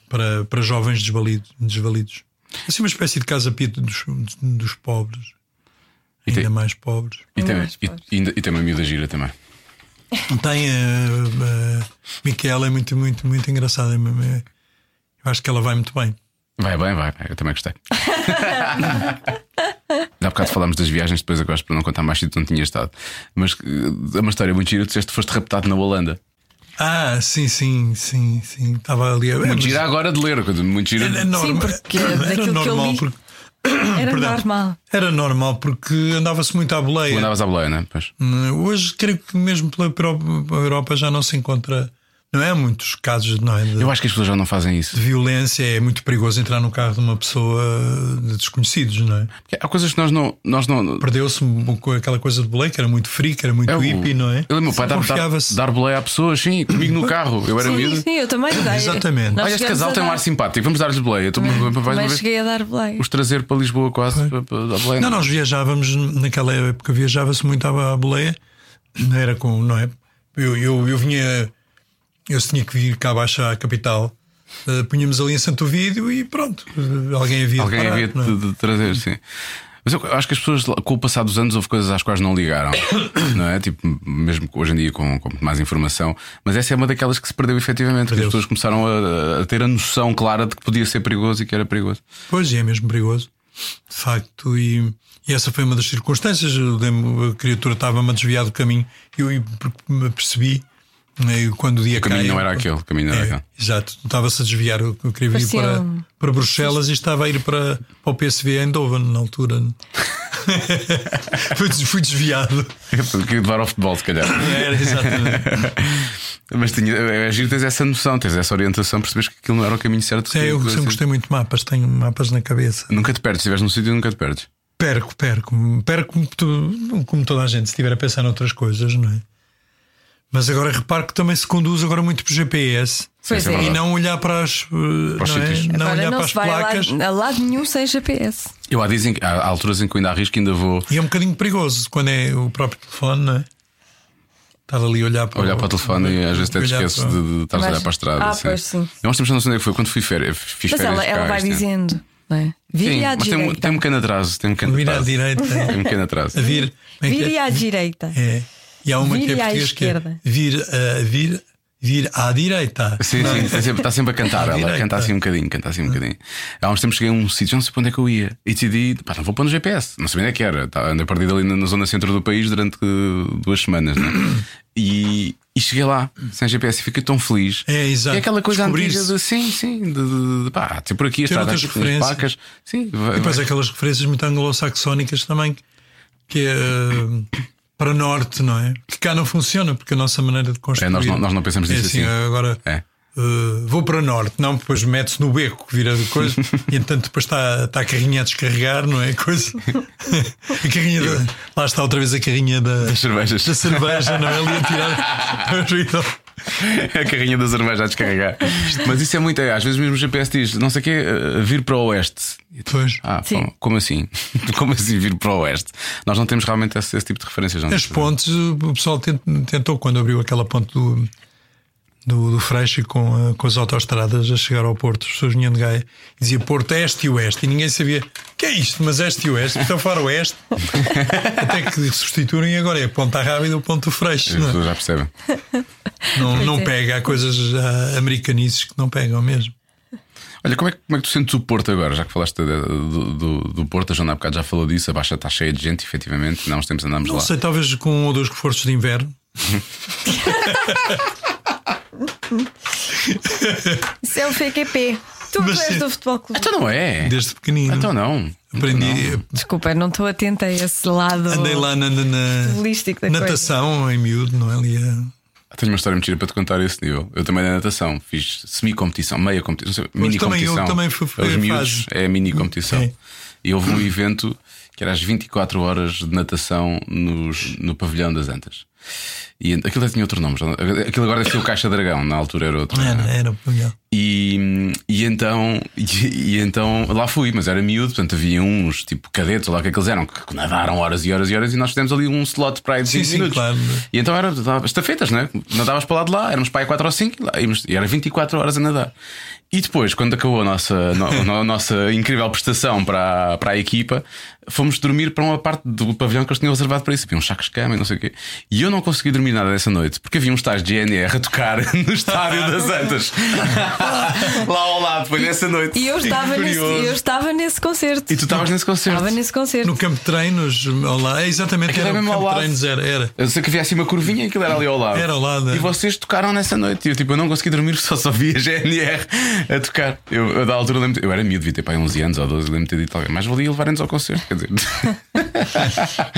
para, para jovens desvalidos, desvalidos. Assim, uma espécie de casa-pito dos, dos pobres. E tem- Ainda mais pobres. E tem, mais e, forte. e ainda- e tem uma miúda gira também. Tem a, Micaela é muito, muito, muito engraçada. é mesmo, é- Eu acho que ela vai muito bem. Vai bem, vai, vai. eu *laughs* também gostei. Há bocado falámos das viagens, depois acabaste por não contar mais sítios onde tinha estado. Mas eh, é uma história muito gira, tu disseste que foste raptado na Holanda. Ah, sim, sim, sim, sim. Estava ali a. Muito gira agora de ler, coisa muito gira. Era norma- Sim, porque daquilo que *coughs* era eu normal li- porque Era Perdão. normal. era normal porque andava-se muito à Tu boleia. Hum, andavas à boleia, não é? Pois. Hoje creio que mesmo pela Euro- Europa já não se encontra, não é? Muitos casos não é, de, Eu acho que as pessoas já não fazem isso. de violência, é muito perigoso entrar no carro de uma pessoa eh, de desconhecidos, não é? Porque há coisas que nós não. Nós não Perdeu-se um co- aquela coisa de boleia que era muito freak, era muito É o- hippie, não é? Eu lembro, o meu pai dar, dar, Confiava-se. dar boleia a pessoas, sim, comigo no carro. Eu era Sim, miúdo. sim, eu também dei. Exatamente. Nós Olha, este chegamos casal a tem um dar- ar simpático, vamos dar-lhes boleia. Tu mais uma Também vez cheguei a dar boleia. os trazer para Lisboa quase para, para dar boleia. Não, nós viajávamos naquela época, viajava-se muito à à boleia, era com, não é? Eu, eu, eu vinha. Eu tinha que vir cá baixar a capital. eh, punhamos ali em Santo Vídeo e pronto. eh, Alguém havia de Alguém parar, havia não é? de, de trazer, sim. Mas eu acho que as pessoas, com o passar dos anos, houve coisas às quais não ligaram, *coughs* não é? Tipo, mesmo hoje em dia com, com mais informação, mas essa é uma daquelas que se perdeu efetivamente, que as pessoas Perdeu-se. começaram a, a ter a noção clara de que podia ser perigoso e que era perigoso. Pois, e é mesmo perigoso, de facto. E, e essa foi uma das circunstâncias. Eu lembro, a criatura estava-me a desviar do caminho e eu e porque me apercebi né, quando o dia O caminho cai- não era aquele, o caminho não era É, aquele. *laughs* Exato, estava-se a desviar. Eu eu queria vir Parecia para, um- para Bruxelas e estava a ir para, para o PSV Eindhoven na altura. fui, fui desviado. Eu Queria levar ao futebol, se calhar. Era exatamente. Mas tinha, é giro, tens essa noção, tens essa orientação, percebes que aquilo não era o caminho certo. assim. É, eu Que- sempre gostei muito de mapas, tenho mapas na cabeça. Nunca te perdes, se estiveres num sítio, nunca te perdes. Perco, perco, perco como, tu- como toda a gente, se estiver a pensar noutras coisas, não é? Mas agora reparo que também se conduz agora muito por GPS Pois Sim, sim, é. e não olhar para as, eh, Para os não, é? sítios. não Agora olhar não para as se vai a placas. lado, a lado nenhum sem GPS. Eu há, dizem, há alturas em que eu ainda arrisco, ainda vou E é um bocadinho perigoso quando é o próprio telefone, não é? Estar ali a olhar para, olhar para o telefone e às vezes até te olhar esqueces para- de, de estar a Mas- olhar para a estrada. Ah, assim. pois, sim. Eu acho que não sei onde é que foi. Quando fui férias, fiz Mas férias. ela, ela é cá, vai este ano. dizendo, não é? Sim, Vire à mas tem um, direita. tem um pequeno atraso. Tem um pequeno Vira à atraso. direita. Tem um pequeno A atraso. vir. como é que é? Vire à *laughs* direita. É. E há uma que é Vire à português que é esquerda. vir, a vir, vir à direita. Sim, sim, está sempre, está sempre a cantar. Ela é? Direita. canta assim um bocadinho, canta assim um bocadinho. Há uns tempos cheguei a um sítio, não sei para onde é que eu ia. E decidi, pá, não vou pôr no GPS. Não sabia onde é que era. Tá- Andei perdido ali na, na zona centro do país durante eh, duas semanas. né? E, e cheguei lá, sem GPS, e fiquei tão feliz. É, exato. É aquela coisa Descobrir-se. antiga de sim, sim, de, de, de pá, tipo por aqui, a estrada outras aqui, tem as referências. placas. Sim, vai, E depois é vai. aquelas referências muito anglo-saxónicas também, que é eh, para norte, não é? Que cá não funciona, porque a nossa maneira de construir. É, nós não- nós não pensamos nisso é assim. assim. Agora É. *laughs* eh, vou para norte, não, depois mete-se no beco, vira de *laughs* coisa, e entanto depois está, está a carrinha a descarregar, não *laughs* é? Coisa. a carrinha da- Lá está outra vez a carrinha da, Das cervejas. da cerveja, não é? Ali a *laughs* tirar. então. a carrinha da cerveja a *laughs* descarregar. Mas isso é muito. é, às vezes mesmo o GPS diz, não sei o quê, eh, vir para o oeste. E tu, Pois. Ah, pá, como assim? *laughs* como assim vir para o oeste? Nós não temos realmente esse, esse tipo de referências. Não As pontes, o pessoal tent- tentou quando abriu aquela ponte do, do, do Freixo com, a- com as autoestradas a chegar ao Porto. As pessoas vinham de Gaia e dizia Porto é Este e Oeste e ninguém sabia que é isto, mas Este e Oeste, então *laughs* Faroeste. Até que substituem e agora é Ponta Rábida ou Ponto Freixo. As Não, é? pessoas já percebem. não, não pega, há coisas há americanices que não pegam mesmo. Olha, como é, que- como é que tu sentes o Porto agora? Já que falaste de- do, do, do Porto, a Joana há bocado já falou disso, a Baixa está cheia de gente, efetivamente. Não, uns tempos andámos Não lá. sei, talvez com um ou dois reforços de inverno. Isso é o FQP. Tu Mas és sim. do futebol clube. Então não é. Desde pequenino. Então não. Aprendi, Desculpa, eu não estou atenta a esse lado. andei lá na, na, Futebolístico da na natação em miúdo, não é? Ali a- Ah, Tenho uma história mentira para te contar a esse nível. Eu também na natação fiz semi-competição, meia competição, não sei, mini também eu competição. também fui- fui Os a miúdos fase. é a mini competição. Ok. E houve um evento que era às 24 horas de natação nos, no pavilhão das Antas. E aquilo já tinha outro nome. já não- Aquilo agora deve ser o Caixa Dragão, na altura era outro. Era, era pavilhão. E, e então e, e então lá fui, mas era miúdo, portanto havia uns tipo cadetes, ou lá o que é que eles eram, que nadaram horas e horas e horas e nós fizemos ali um slot para aí de Sim, 20 sim, minutos. claro. E então era dava estafetas, né? Nadavas para lá de lá, éramos para aí 4 ou 5 e, lá, íamos- e era 24 horas a nadar. E depois, quando acabou a nossa, no- no- a nossa incrível prestação para, a- para a equipa, fomos dormir para uma parte do pavilhão que eles tinham reservado para isso. Havia uns sacos de cama e não sei o quê. E eu não consegui dormir nada dessa noite, porque havia uns tais de GNR a tocar *laughs* no estádio *laughs* das Antas. lá ao lado, foi nessa noite. E eu estava, nesse, Curioso. eu estava nesse concerto. E tu estavas nesse concerto. Estava nesse concerto. No campo de treinos, ao lado. É exatamente, Aquilo era é o mesmo campo ao de lado. treinos, era. era. Eu sei que havia assim uma curvinha e aquilo era ali ao lado. Era ao lado, E era. vocês tocaram nessa noite. E eu, tipo, eu não consegui dormir, *laughs* só só via GNR a tocar. Eu, eu da altura, lembro eu era miúdo, devia ter pai 11 anos ou 12, lembro-me de ter dito a alguém, mas valia levar-nos ao concerto. Quer *laughs* dizer,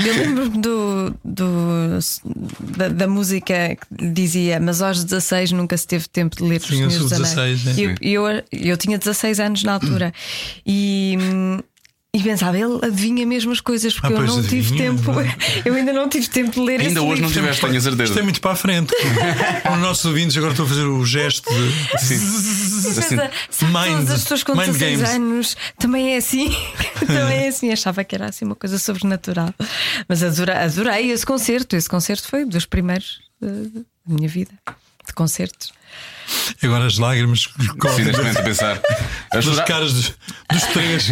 Eu lembro-me do, do- da, da música que dizia Mas aos 16 nunca se teve tempo de ler os Sim, eu Senhores sou dos Anéis." 16, né? E eu, eu, eu tinha 16 anos na altura E, hum, e E pensava, ele adivinha mesmo as coisas, porque Ah, eu pois não tive adivinha, tempo, não é? *laughs* eu ainda não tive tempo de ler Ainda esse hoje não livro. tiveste, tenho a Isto é certeza. muito para *laughs* a frente. Os nossos ouvintes, agora estou a fazer o gesto de. E Assim, pensa, sabe Mind- todas as pessoas com Mind 16 games. anos também é assim? *laughs* também é assim. Achava que era assim uma coisa sobrenatural. Mas adora- adorei, esse concerto. Esse concerto foi um dos primeiros eh, da minha vida de concertos. Agora as lágrimas Sim, correm neste momento a pensar. A das chorar. caras dos, dos três.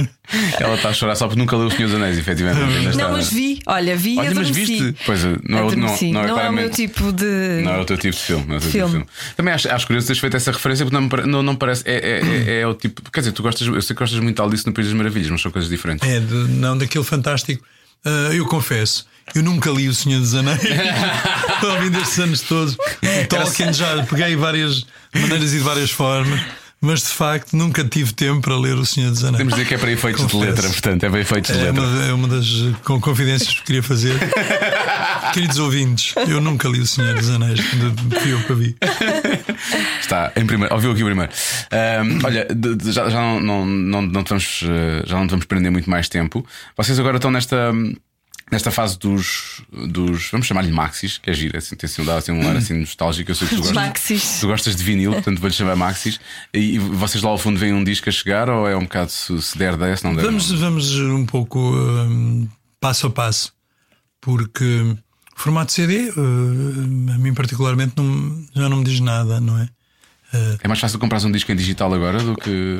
*laughs* Ela está a chorar só porque nunca leu o Senhor dos Anéis, efetivamente. Ainda está- Não, mas vi, olha, vi e Olha, mas adormeci. viste? Pois é, não é o- não- Adormeci. não é o meu claramente- tipo de. Não era o teu tipo de filme. Não era o teu tipo de Filme. filme. Também acho, acho curioso teres feito essa referência porque não, me pare- não, não parece. É, é- é- é o tipo. Quer dizer, tu gostas, eu sei que gostas muito de Alice no País das Maravilhas, mas são coisas diferentes. É, de- não, daquele fantástico. Ah, eu confesso, eu nunca li O Senhor dos *laughs* Anéis. Estou a ouvir destes anos todos. O Tolkien já peguei várias maneiras e de várias formas, mas de facto nunca tive tempo para ler O Senhor dos Anéis. Temos de dizer que é para efeitos de Confesso. letra, portanto, é para efeitos de É letra. uma, é uma das eh, con- confidências que queria fazer. Queridos ouvintes, eu nunca li O Senhor dos Anéis, de- fui eu que vi. Está em primeiro, ouviu aqui primeiro. Ahm, *clears throat* olha, de- de- já, já não, não, não, não te vamos, eh, já não te vamos prender muito mais tempo. Vocês agora estão nesta, hum, nesta fase dos, dos vamos chamar-lhe Maxis, que é gira, assim, tem assim, dá assim um ar *clears throat* assim nostálgico. Eu sei que tu gostas, Maxis. tu gostas de vinil, portanto vou-lhe chamar Maxis. E, e vocês lá ao fundo veem um disco a chegar ou é um bocado se, se der, der, se não der? Vamos, não? vamos um pouco hum, passo a passo, porque o formato CD, hum, a mim particularmente, não- já não me diz nada, não é? É mais fácil comprar um disco em digital agora do que.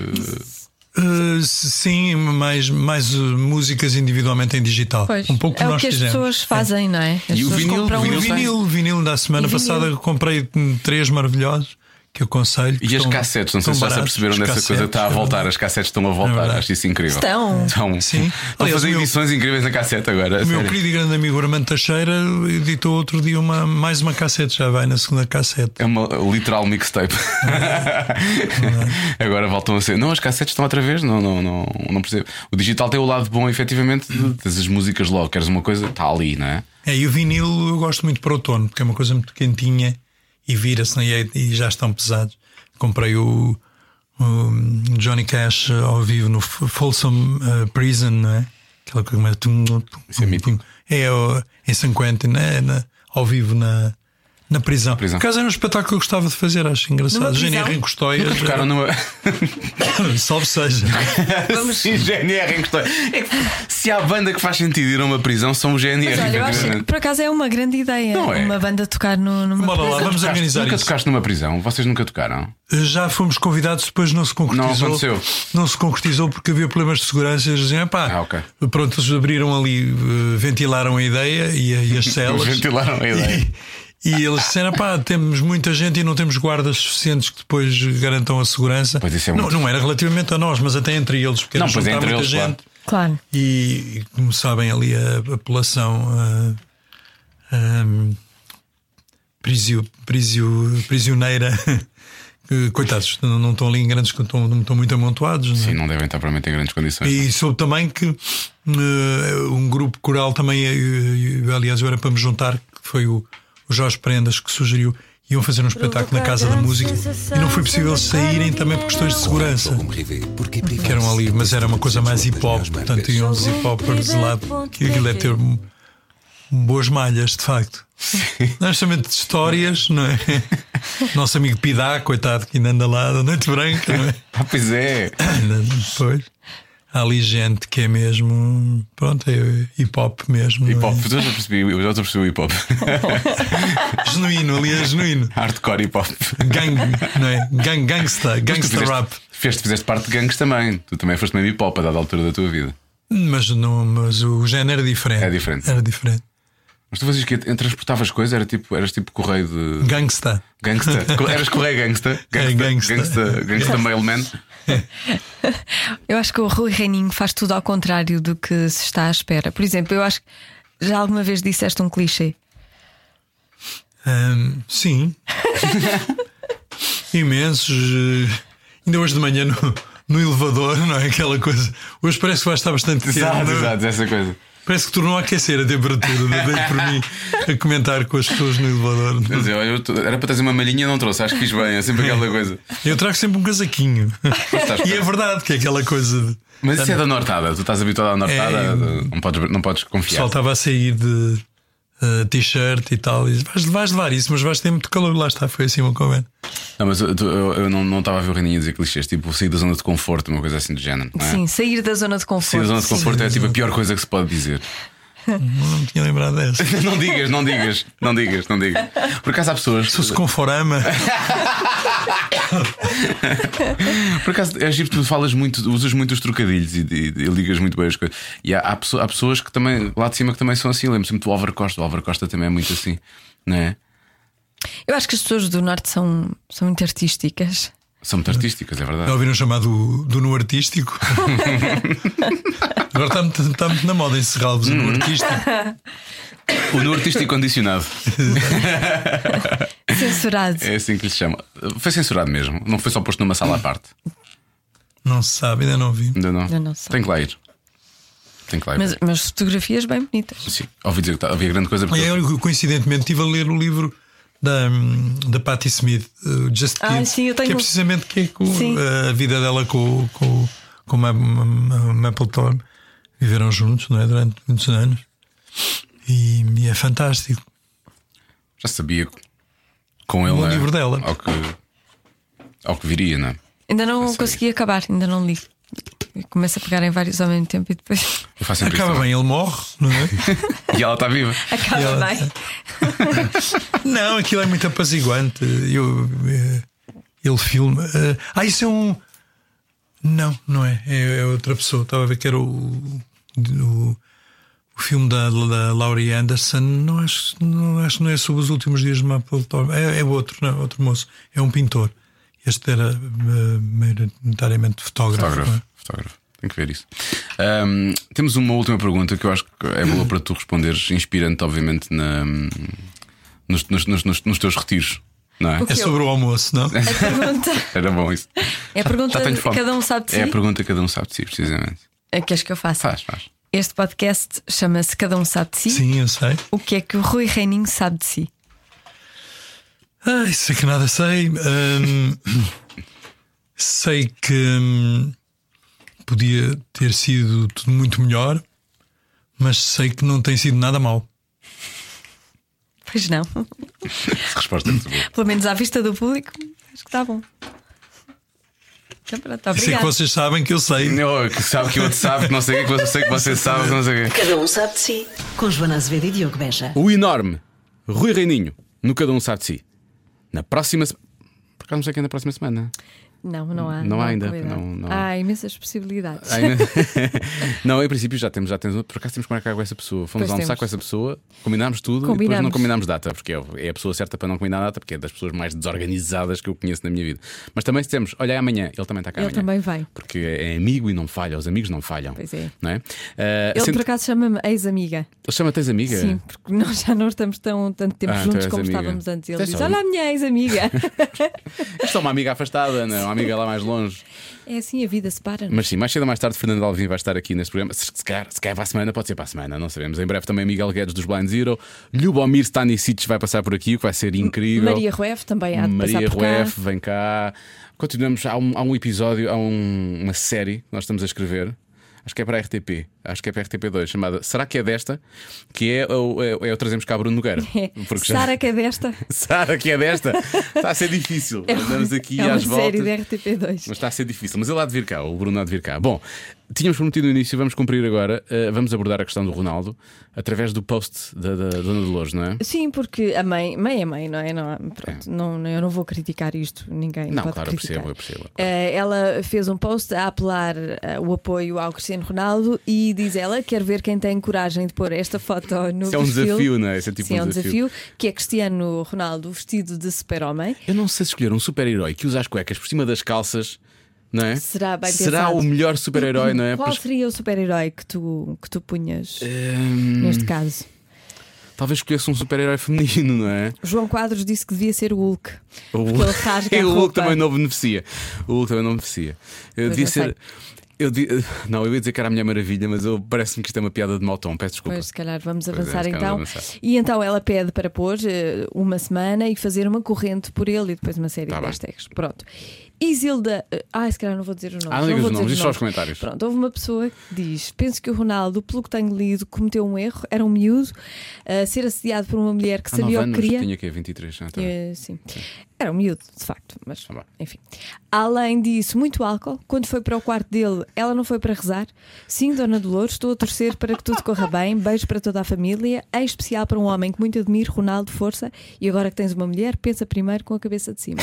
Uh, sim, mais, mais uh, músicas individualmente em digital. Pois, um pouco é o nós que as fizemos. pessoas fazem, não é? As E o pessoas vinil- compram o O vinil- um vinil, o vinil da semana E vinil. passada eu comprei hum, três maravilhosos que eu aconselho. que E as estão- cassetes, não sei estão se já se baratos, aperceberam os dessa coisa, cassetes, É está a voltar, as cassetes estão a voltar, verdade. acho isso incrível. Estão. Estão, Sim. estão a Aliás, fazer o meu- edições incríveis na cassete agora. a O meu sério. querido e grande amigo Armando Teixeira editou outro dia uma, mais uma cassete, já vai na segunda cassete. É uma literal mixtape. É *laughs* Agora voltam a ser. Não, as cassetes estão outra vez, não, não, não, não percebo. O digital tem o lado bom, efetivamente, de- tens as músicas logo, queres uma coisa, está ali, não é? Uhum. É, e o vinil eu gosto muito para outono, porque é uma coisa muito quentinha e vira-se né, e, é- e já estão pesados. Comprei o, o Johnny Cash eh, ao vivo no F- Folsom eh, Prison, não é? Aquela coisa mais. tum, tum, tum, Isso é mítico. tum. É o- em San Quentin, né? Na- ao vivo na, na prisão. Prisão. Por acaso era um espetáculo que eu gostava de fazer, acho engraçado. Numa prisão? Gênio Henrique Costoia, Tocaram numa. *laughs* salve seja. *laughs* Sim, GNR em questão. É que se há banda que faz sentido ir a uma prisão, são o GNR. Mas olha, eu acho que efetivamente. por acaso é uma grande ideia. é Não é? Uma banda tocar no, numa Bora lá, prisão. vamos organizar Nunca isso. tocaste numa prisão? Vocês nunca tocaram? Já fomos convidados, depois não se concretizou. Não aconteceu. Não se concretizou porque havia problemas de segurança. Eles diziam, pá, Ah, ok. pronto, eles abriram ali, eh, ventilaram a ideia e, a- *laughs* e as celas. Ventilaram a ideia. E, e eles disseram, pá, temos muita gente e não temos guardas suficientes que depois garantam a segurança. Pois isso é não, muito- não era relativamente a nós, mas até entre eles, porque Não, era pois é, juntar entre muita eles, claro. gente. Claro. E, e como sabem ali a apelação ah, ahm, prisio- prisio- prisioneira. *laughs* que, Coitados, não, não estão ali em grandes, estão, não estão muito amontoados. não é? Sim, não devem estar provavelmente em grandes condições. E soube também que eh, um grupo coral também, eh, eh, aliás, eu era para me juntar, que foi o, o Jorge Prendas que sugeriu, iam fazer um espetáculo na Casa da Música e não foi possível eles saírem também por questões de segurança. Que eram ali, mas era uma coisa mais hip hop, portanto iam os hip hopers lá, que aquilo deve ter um- boas malhas, de facto. Honestamente, de histórias, *laughs* não é? Nosso amigo Pidá, coitado, que ainda anda lá da Noite Branca, não é? Ah, pois é. Pois. Há ali gente que é mesmo. Pronto, é hip hop mesmo. não é? Hip hop, eu já percebi, eu já percebi o hip hop. Genuíno, ali é genuíno. *laughs* Hardcore hip hop. Gang, não é? Gang, gangsta, Mas tu gangsta fizeste- rap. Fizeste, fizeste parte de gangues também. Tu também foste meio hip hop a dada altura da tua vida. Mas, não, mas o género era diferente. É diferente. Era diferente. Mas tu fazias que transportavas coisas, era tipo, eras tipo correio de Gangsta. *laughs* gangsta. Co- Eras correio gangsta. Gangsta, É, gangsta. gangsta, *laughs* gangsta mailman. Eu acho que o Rui Reininho faz tudo ao contrário do que se está à espera. Por exemplo, eu acho que já alguma vez disseste um clichê. Ahm, *laughs* sim. Imensos. eh, Ainda hoje de manhã no, no elevador, não é? Aquela coisa. Hoje parece que vai estar bastante quente, Exato, não é? exato, essa coisa. Parece que tornou a aquecer a temperatura. Dei por mim a comentar com as pessoas no elevador. Mas eu- eu t- era para trazer uma malhinha, não trouxe. Acho que fiz bem, é sempre aquela coisa. Eu trago sempre um casaquinho. Estás- E é verdade que é aquela coisa de. Mas isso é da Nortada, tu estás habituado à Nortada, É, eu- não, podes, não podes O pessoal confiar. estava a sair de eh, t-shirt e tal. E disse, vais, vais levar isso, mas vais ter muito calor. Lá está, foi assim uma conversa. Não, mas eu, tu- eu- eu não não estava a ver o Reninha dizer clichês, tipo sair da zona de conforto, uma coisa assim do género. Não é? Sim, sair da zona de conforto. Sair da zona de sim. conforto é tipo a pior coisa que se pode dizer. *laughs* Não tinha lembrado dessa. Não digas, não digas, não digas, não digas. Por acaso há pessoas. Se fosse conforama, Por acaso, é giro que tu falas muito, usas muito os trocadilhos e, e- e ligas muito bem as coisas. E há, há pesso- há pessoas que também, lá de cima, que também são assim. Lembro-me sempre do Álvaro Costa. O Álvaro Costa também é muito assim, não é? Eu acho que as pessoas do norte são, são *laughs* muito artísticas. São muito artísticas, é já verdade. ouviram chamar do, do nu artístico? Agora está muito, está muito na moda encerrá-los no artístico. O no artístico condicionado. Censurado. É assim que lhe chama. Foi censurado mesmo. Não foi só posto numa sala à parte. Não se sabe, ainda não vi. Ainda não. Ainda não sei. Tem que lá ir. Tem que lá ir. Mas, mas fotografias bem bonitas. Sim, ouvi dizer que tá- havia grande coisa. Porque... Olha, eu, coincidentemente, estive a ler o livro da, hum, da Patti Smith, uh, Just Ah, Kids, sim, eu tenho- que é precisamente que é com, Sim. uh, a vida dela com, com, com Ma- Ma- Ma- Mapplethorpe. Viveram juntos não é? durante muitos anos e, e é fantástico. Já sabia que com ele. No é, livro dela. Ao que, ao que viria, não é? Ainda não sei. consegui acabar, ainda não li. Começo a pegar em vários ao mesmo tempo e depois *laughs* Eu faço sempre Acaba isso. bem, ele morre, não é? *laughs* E ela está viva. acaba *laughs* Ela- bem. Não, aquilo é muito apaziguante. Eu, eh, ele filma. eh, ah, isso é um. Não, não é. É, é outra pessoa. Estava a ver que era o. o o filme da, da Laurie Anderson não acho, não acho que não é sobre os últimos dias de Mapplethorpe é, é outro, não, é outro moço, é um pintor este era eh, maioritariamente fotógrafo, não é? Fotógrafo. Fotógrafo. Tem que ver isso. Ahm, temos uma última pergunta que eu acho que é boa para tu responderes, inspirante, obviamente, na, nos, nos, nos- nos- nos teus retiros. Não é? é sobre o almoço, não? A pergunta Era bom isso. é a pergunta Já tenho fome. cada um sabe de si. É a pergunta que cada um sabe de si, precisamente. É, Queres que eu faça? Faz, faz. Este podcast chama-se Cada um sabe de si. sim, eu sei O que é que o Rui Reininho sabe de si? Ai, sei que nada sei. Hum, sei que hum, podia ter sido tudo muito melhor, mas sei que não tem sido nada mal. Pois não. Essa resposta é muito boa. Pelo menos à vista do público, acho que está bom. Então pronto, E sei que obrigada. vocês sabem que eu sei. Não, que sabe que o outro sabe, que não sei o que, que eu sei que você sabe, que não sei o que. Cada um sabe de si. Com Joana Azevedo e Diogo Beja. O enorme Rui Reininho, no Cada Um Sabe de Si. Na próxima semana. Por acaso não sei quem é na próxima semana. Não, não há. Não há ainda, convidado. não- não há. há imensas possibilidades. Ai, não- *laughs* não, em princípio já temos, já temos. Por acaso temos que marcar com essa pessoa. Fomos Pois almoçar temos. com essa pessoa, combinámos tudo e depois Combinámos. não combinámos data, porque é é a pessoa certa para não combinar data, porque é das pessoas mais desorganizadas que eu conheço na minha vida. Mas também dissemos: olha, é amanhã, ele também está cá Ele amanhã. também vai. Porque é amigo e não falha, os amigos não falham. Pois é. Não é? Ele por acaso chama-me ex-amiga. Chama-te amiga? Sim, porque nós já não estamos tão tanto tempo É. Ah, então é juntos és como amiga. estávamos antes. Ele Tens diz: saúde. Olha a minha *laughs* ex-amiga. Isto é uma amiga afastada, não é? Uma amiga lá mais longe. é assim, a vida separa-nos. Mas sim, mais cedo ou mais tarde, Fernando Alvim vai estar aqui neste programa. Se, se, calhar, se calhar para a semana, pode ser para a semana, não sabemos. Em breve também Miguel Guedes dos Blind Zero. Lubomir Stanisic vai passar por aqui, o que vai ser incrível. Maria Rueff também há de Maria passar por cá. *laughs* Rueff, vem cá. Continuamos. Há um, há um episódio, há um- uma série que nós estamos a escrever. Acho que é para a RTP, acho que é para a RTP2, chamada Será que é desta? Que é, o é, é o Trazemos cá Bruno *laughs* Nogueira. Porque já- É. Sara Cadesta *laughs* Sara que é desta? Está a ser difícil. Andamos aqui é uma às voltas. série da RTP2. Mas está a ser difícil. Mas ele há de vir cá, o Bruno há de vir cá. Bom, tínhamos prometido no início, vamos cumprir agora. eh, vamos abordar a questão do Ronaldo através do post da, da Dona Dolores, não é? Sim, porque a mãe, mãe é mãe, não é? Não, há- pronto, não, não- eu não vou criticar isto, ninguém. Não, pode claro, eu criticar. percebo, eu percebo. Eh, ela fez um post a apelar eh, o apoio ao Cristiano Ronaldo e diz ela: quer ver quem tem coragem de pôr esta foto no Isso é um perfil. desafio, não é? Isso é tipo Sim, um é um desafio. desafio, que é Cristiano Ronaldo vestido de super-homem. Eu não sei se escolher um super-herói que usa as cuecas por cima das calças, não é? Será bem Será pensado. o melhor super-herói, não é? Qual Pois, seria o super-herói que tu, que tu punhas ehm, neste caso? talvez escolhesse um super-herói feminino, não é? João Quadros disse que devia ser o Hulk. O Porque ele *laughs* rasga E a o Hulk roupa. também não beneficia. O Hulk também não beneficia. Eu Pois devia não ser. Eu di- *laughs* Não, eu ia dizer que era a minha maravilha, mas eu- parece-me que isto é uma piada de mau tom. Peço desculpa. Pois, se calhar vamos Pois é, se avançar calhar então. vamos avançar. E então ela pede para pôr eh, uma semana e fazer uma corrente por ele e depois uma série Tá de bem. hashtags. Pronto. Isilda. eh, Ah, se calhar não vou dizer os nomes. Ah, não digas vou os nomes, dizer diz só os comentários. Pronto, houve uma pessoa que diz: Penso que o Ronaldo, pelo que tenho lido, cometeu um erro, era um miúdo, a ser assediado por uma mulher que Há sabia nove o que anos, queria. tinha que 23. Ah, tá bem. Eh, sim. Era um miúdo, de facto, mas bem. enfim. Além disso, muito álcool. Quando foi para o quarto dele, ela não foi para rezar. Sim, Dona Dolores, estou a torcer para que tudo corra bem. Beijo para toda a família, em especial para um homem que muito admiro, Ronaldo, força. E agora que tens uma mulher, pensa primeiro com a cabeça de cima.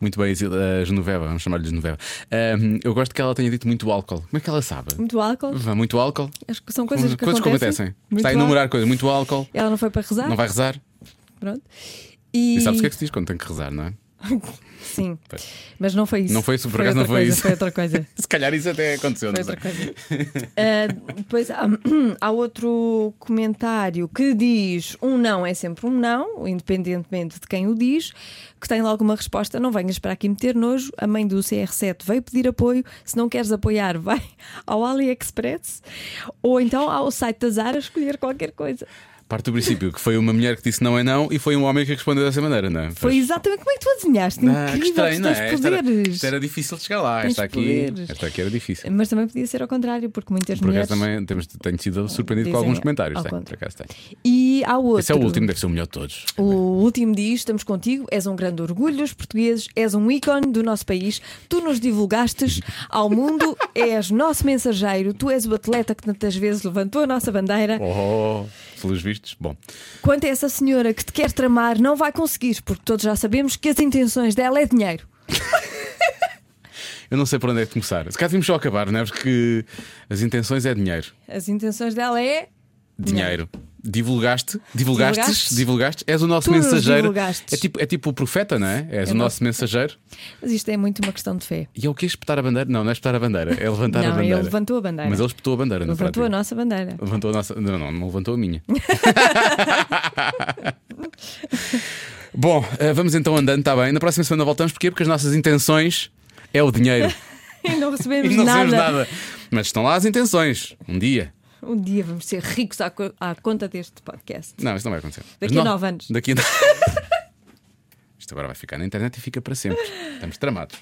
Muito bem, Isilda, a Genoveva, vamos chamar-lhe Genoveva. Ahm, eu gosto que ela tenha dito muito álcool. Como é que ela sabe? Muito álcool, Vá, Muito álcool? acho que são coisas que Hum, Coisas acontecem. Muito Ah. Está a álcool. enumerar coisas. Muito álcool, Ela não foi para rezar. não vai rezar. Pronto. E, E, sabes o que é que se diz quando tem que rezar, não é? *laughs* *laughs* Sim, Pois. mas não foi isso. Não foi isso, por acaso não outra foi coisa, isso. Foi outra coisa. Se calhar isso até aconteceu, não Foi sei. outra coisa. *laughs* Ah, depois há, *clears throat* há outro comentário que diz: um não é sempre um não, independentemente de quem o diz, que tem logo uma resposta: não venhas para aqui meter nojo. A mãe do CR7 veio pedir apoio. Se não queres apoiar, *laughs* vai ao AliExpress ou então ao site da Zara escolher qualquer coisa. Parte do princípio que foi uma mulher que disse não é não e foi um homem que respondeu dessa maneira, não é? Foi exatamente como é que tu adivinhaste. Ah, que Incrível, estranho, tu não tens é? Esta era, poderes. esta era difícil de chegar lá. Tens Esta aqui, poderes. esta aqui era difícil. Mas também podia ser ao contrário, porque muitas Por mulheres. acaso também temos, tenho sido surpreendido Dizem com alguns ao comentários. Tem, por contrário. acaso tem. E há outro. Esse é o último, deve ser o melhor de todos. O último diz: estamos contigo, és um grande orgulho dos portugueses, és um ícone do nosso país, tu nos divulgastes *laughs* ao mundo, és nosso mensageiro, tu és o atleta que tantas vezes levantou a nossa bandeira. Oh, pelos vistos. Bom, Quanto a essa senhora que te quer tramar, não vai conseguir, porque todos já sabemos que as intenções dela é dinheiro. eu não sei por onde é que começar. Se calhar devíamos só acabar, não é? Porque as intenções é dinheiro. As intenções dela é. Dinheiro. Divulgaste, divulgastes, divulgaste, Divulgaste. és o nosso Tu nos mensageiro. divulgastes. É tipo, é tipo o profeta, não é? És É o o nosso mensageiro. Mas isto é muito uma questão de fé. E é o que espetar a bandeira? Não, não é espetar a bandeira, é levantar a não, bandeira. ele levantou a bandeira. Mas ele espetou a bandeira, na levantou a prática. nossa bandeira. Levantou a nossa. Não, não, não levantou a *laughs* minha. Bom, eh, vamos então andando, está bem. Na próxima semana voltamos, porquê? Porque as nossas intenções é o dinheiro. E *laughs* não E recebemos não nada. sabemos nada. Mas estão lá as intenções. Um dia. Um dia vamos ser ricos à, co- à conta deste podcast. Não, isso não vai acontecer. Mas Daqui a não- nove anos. *laughs* Daqui a... Isto agora vai ficar na internet e fica para sempre. Estamos tramados.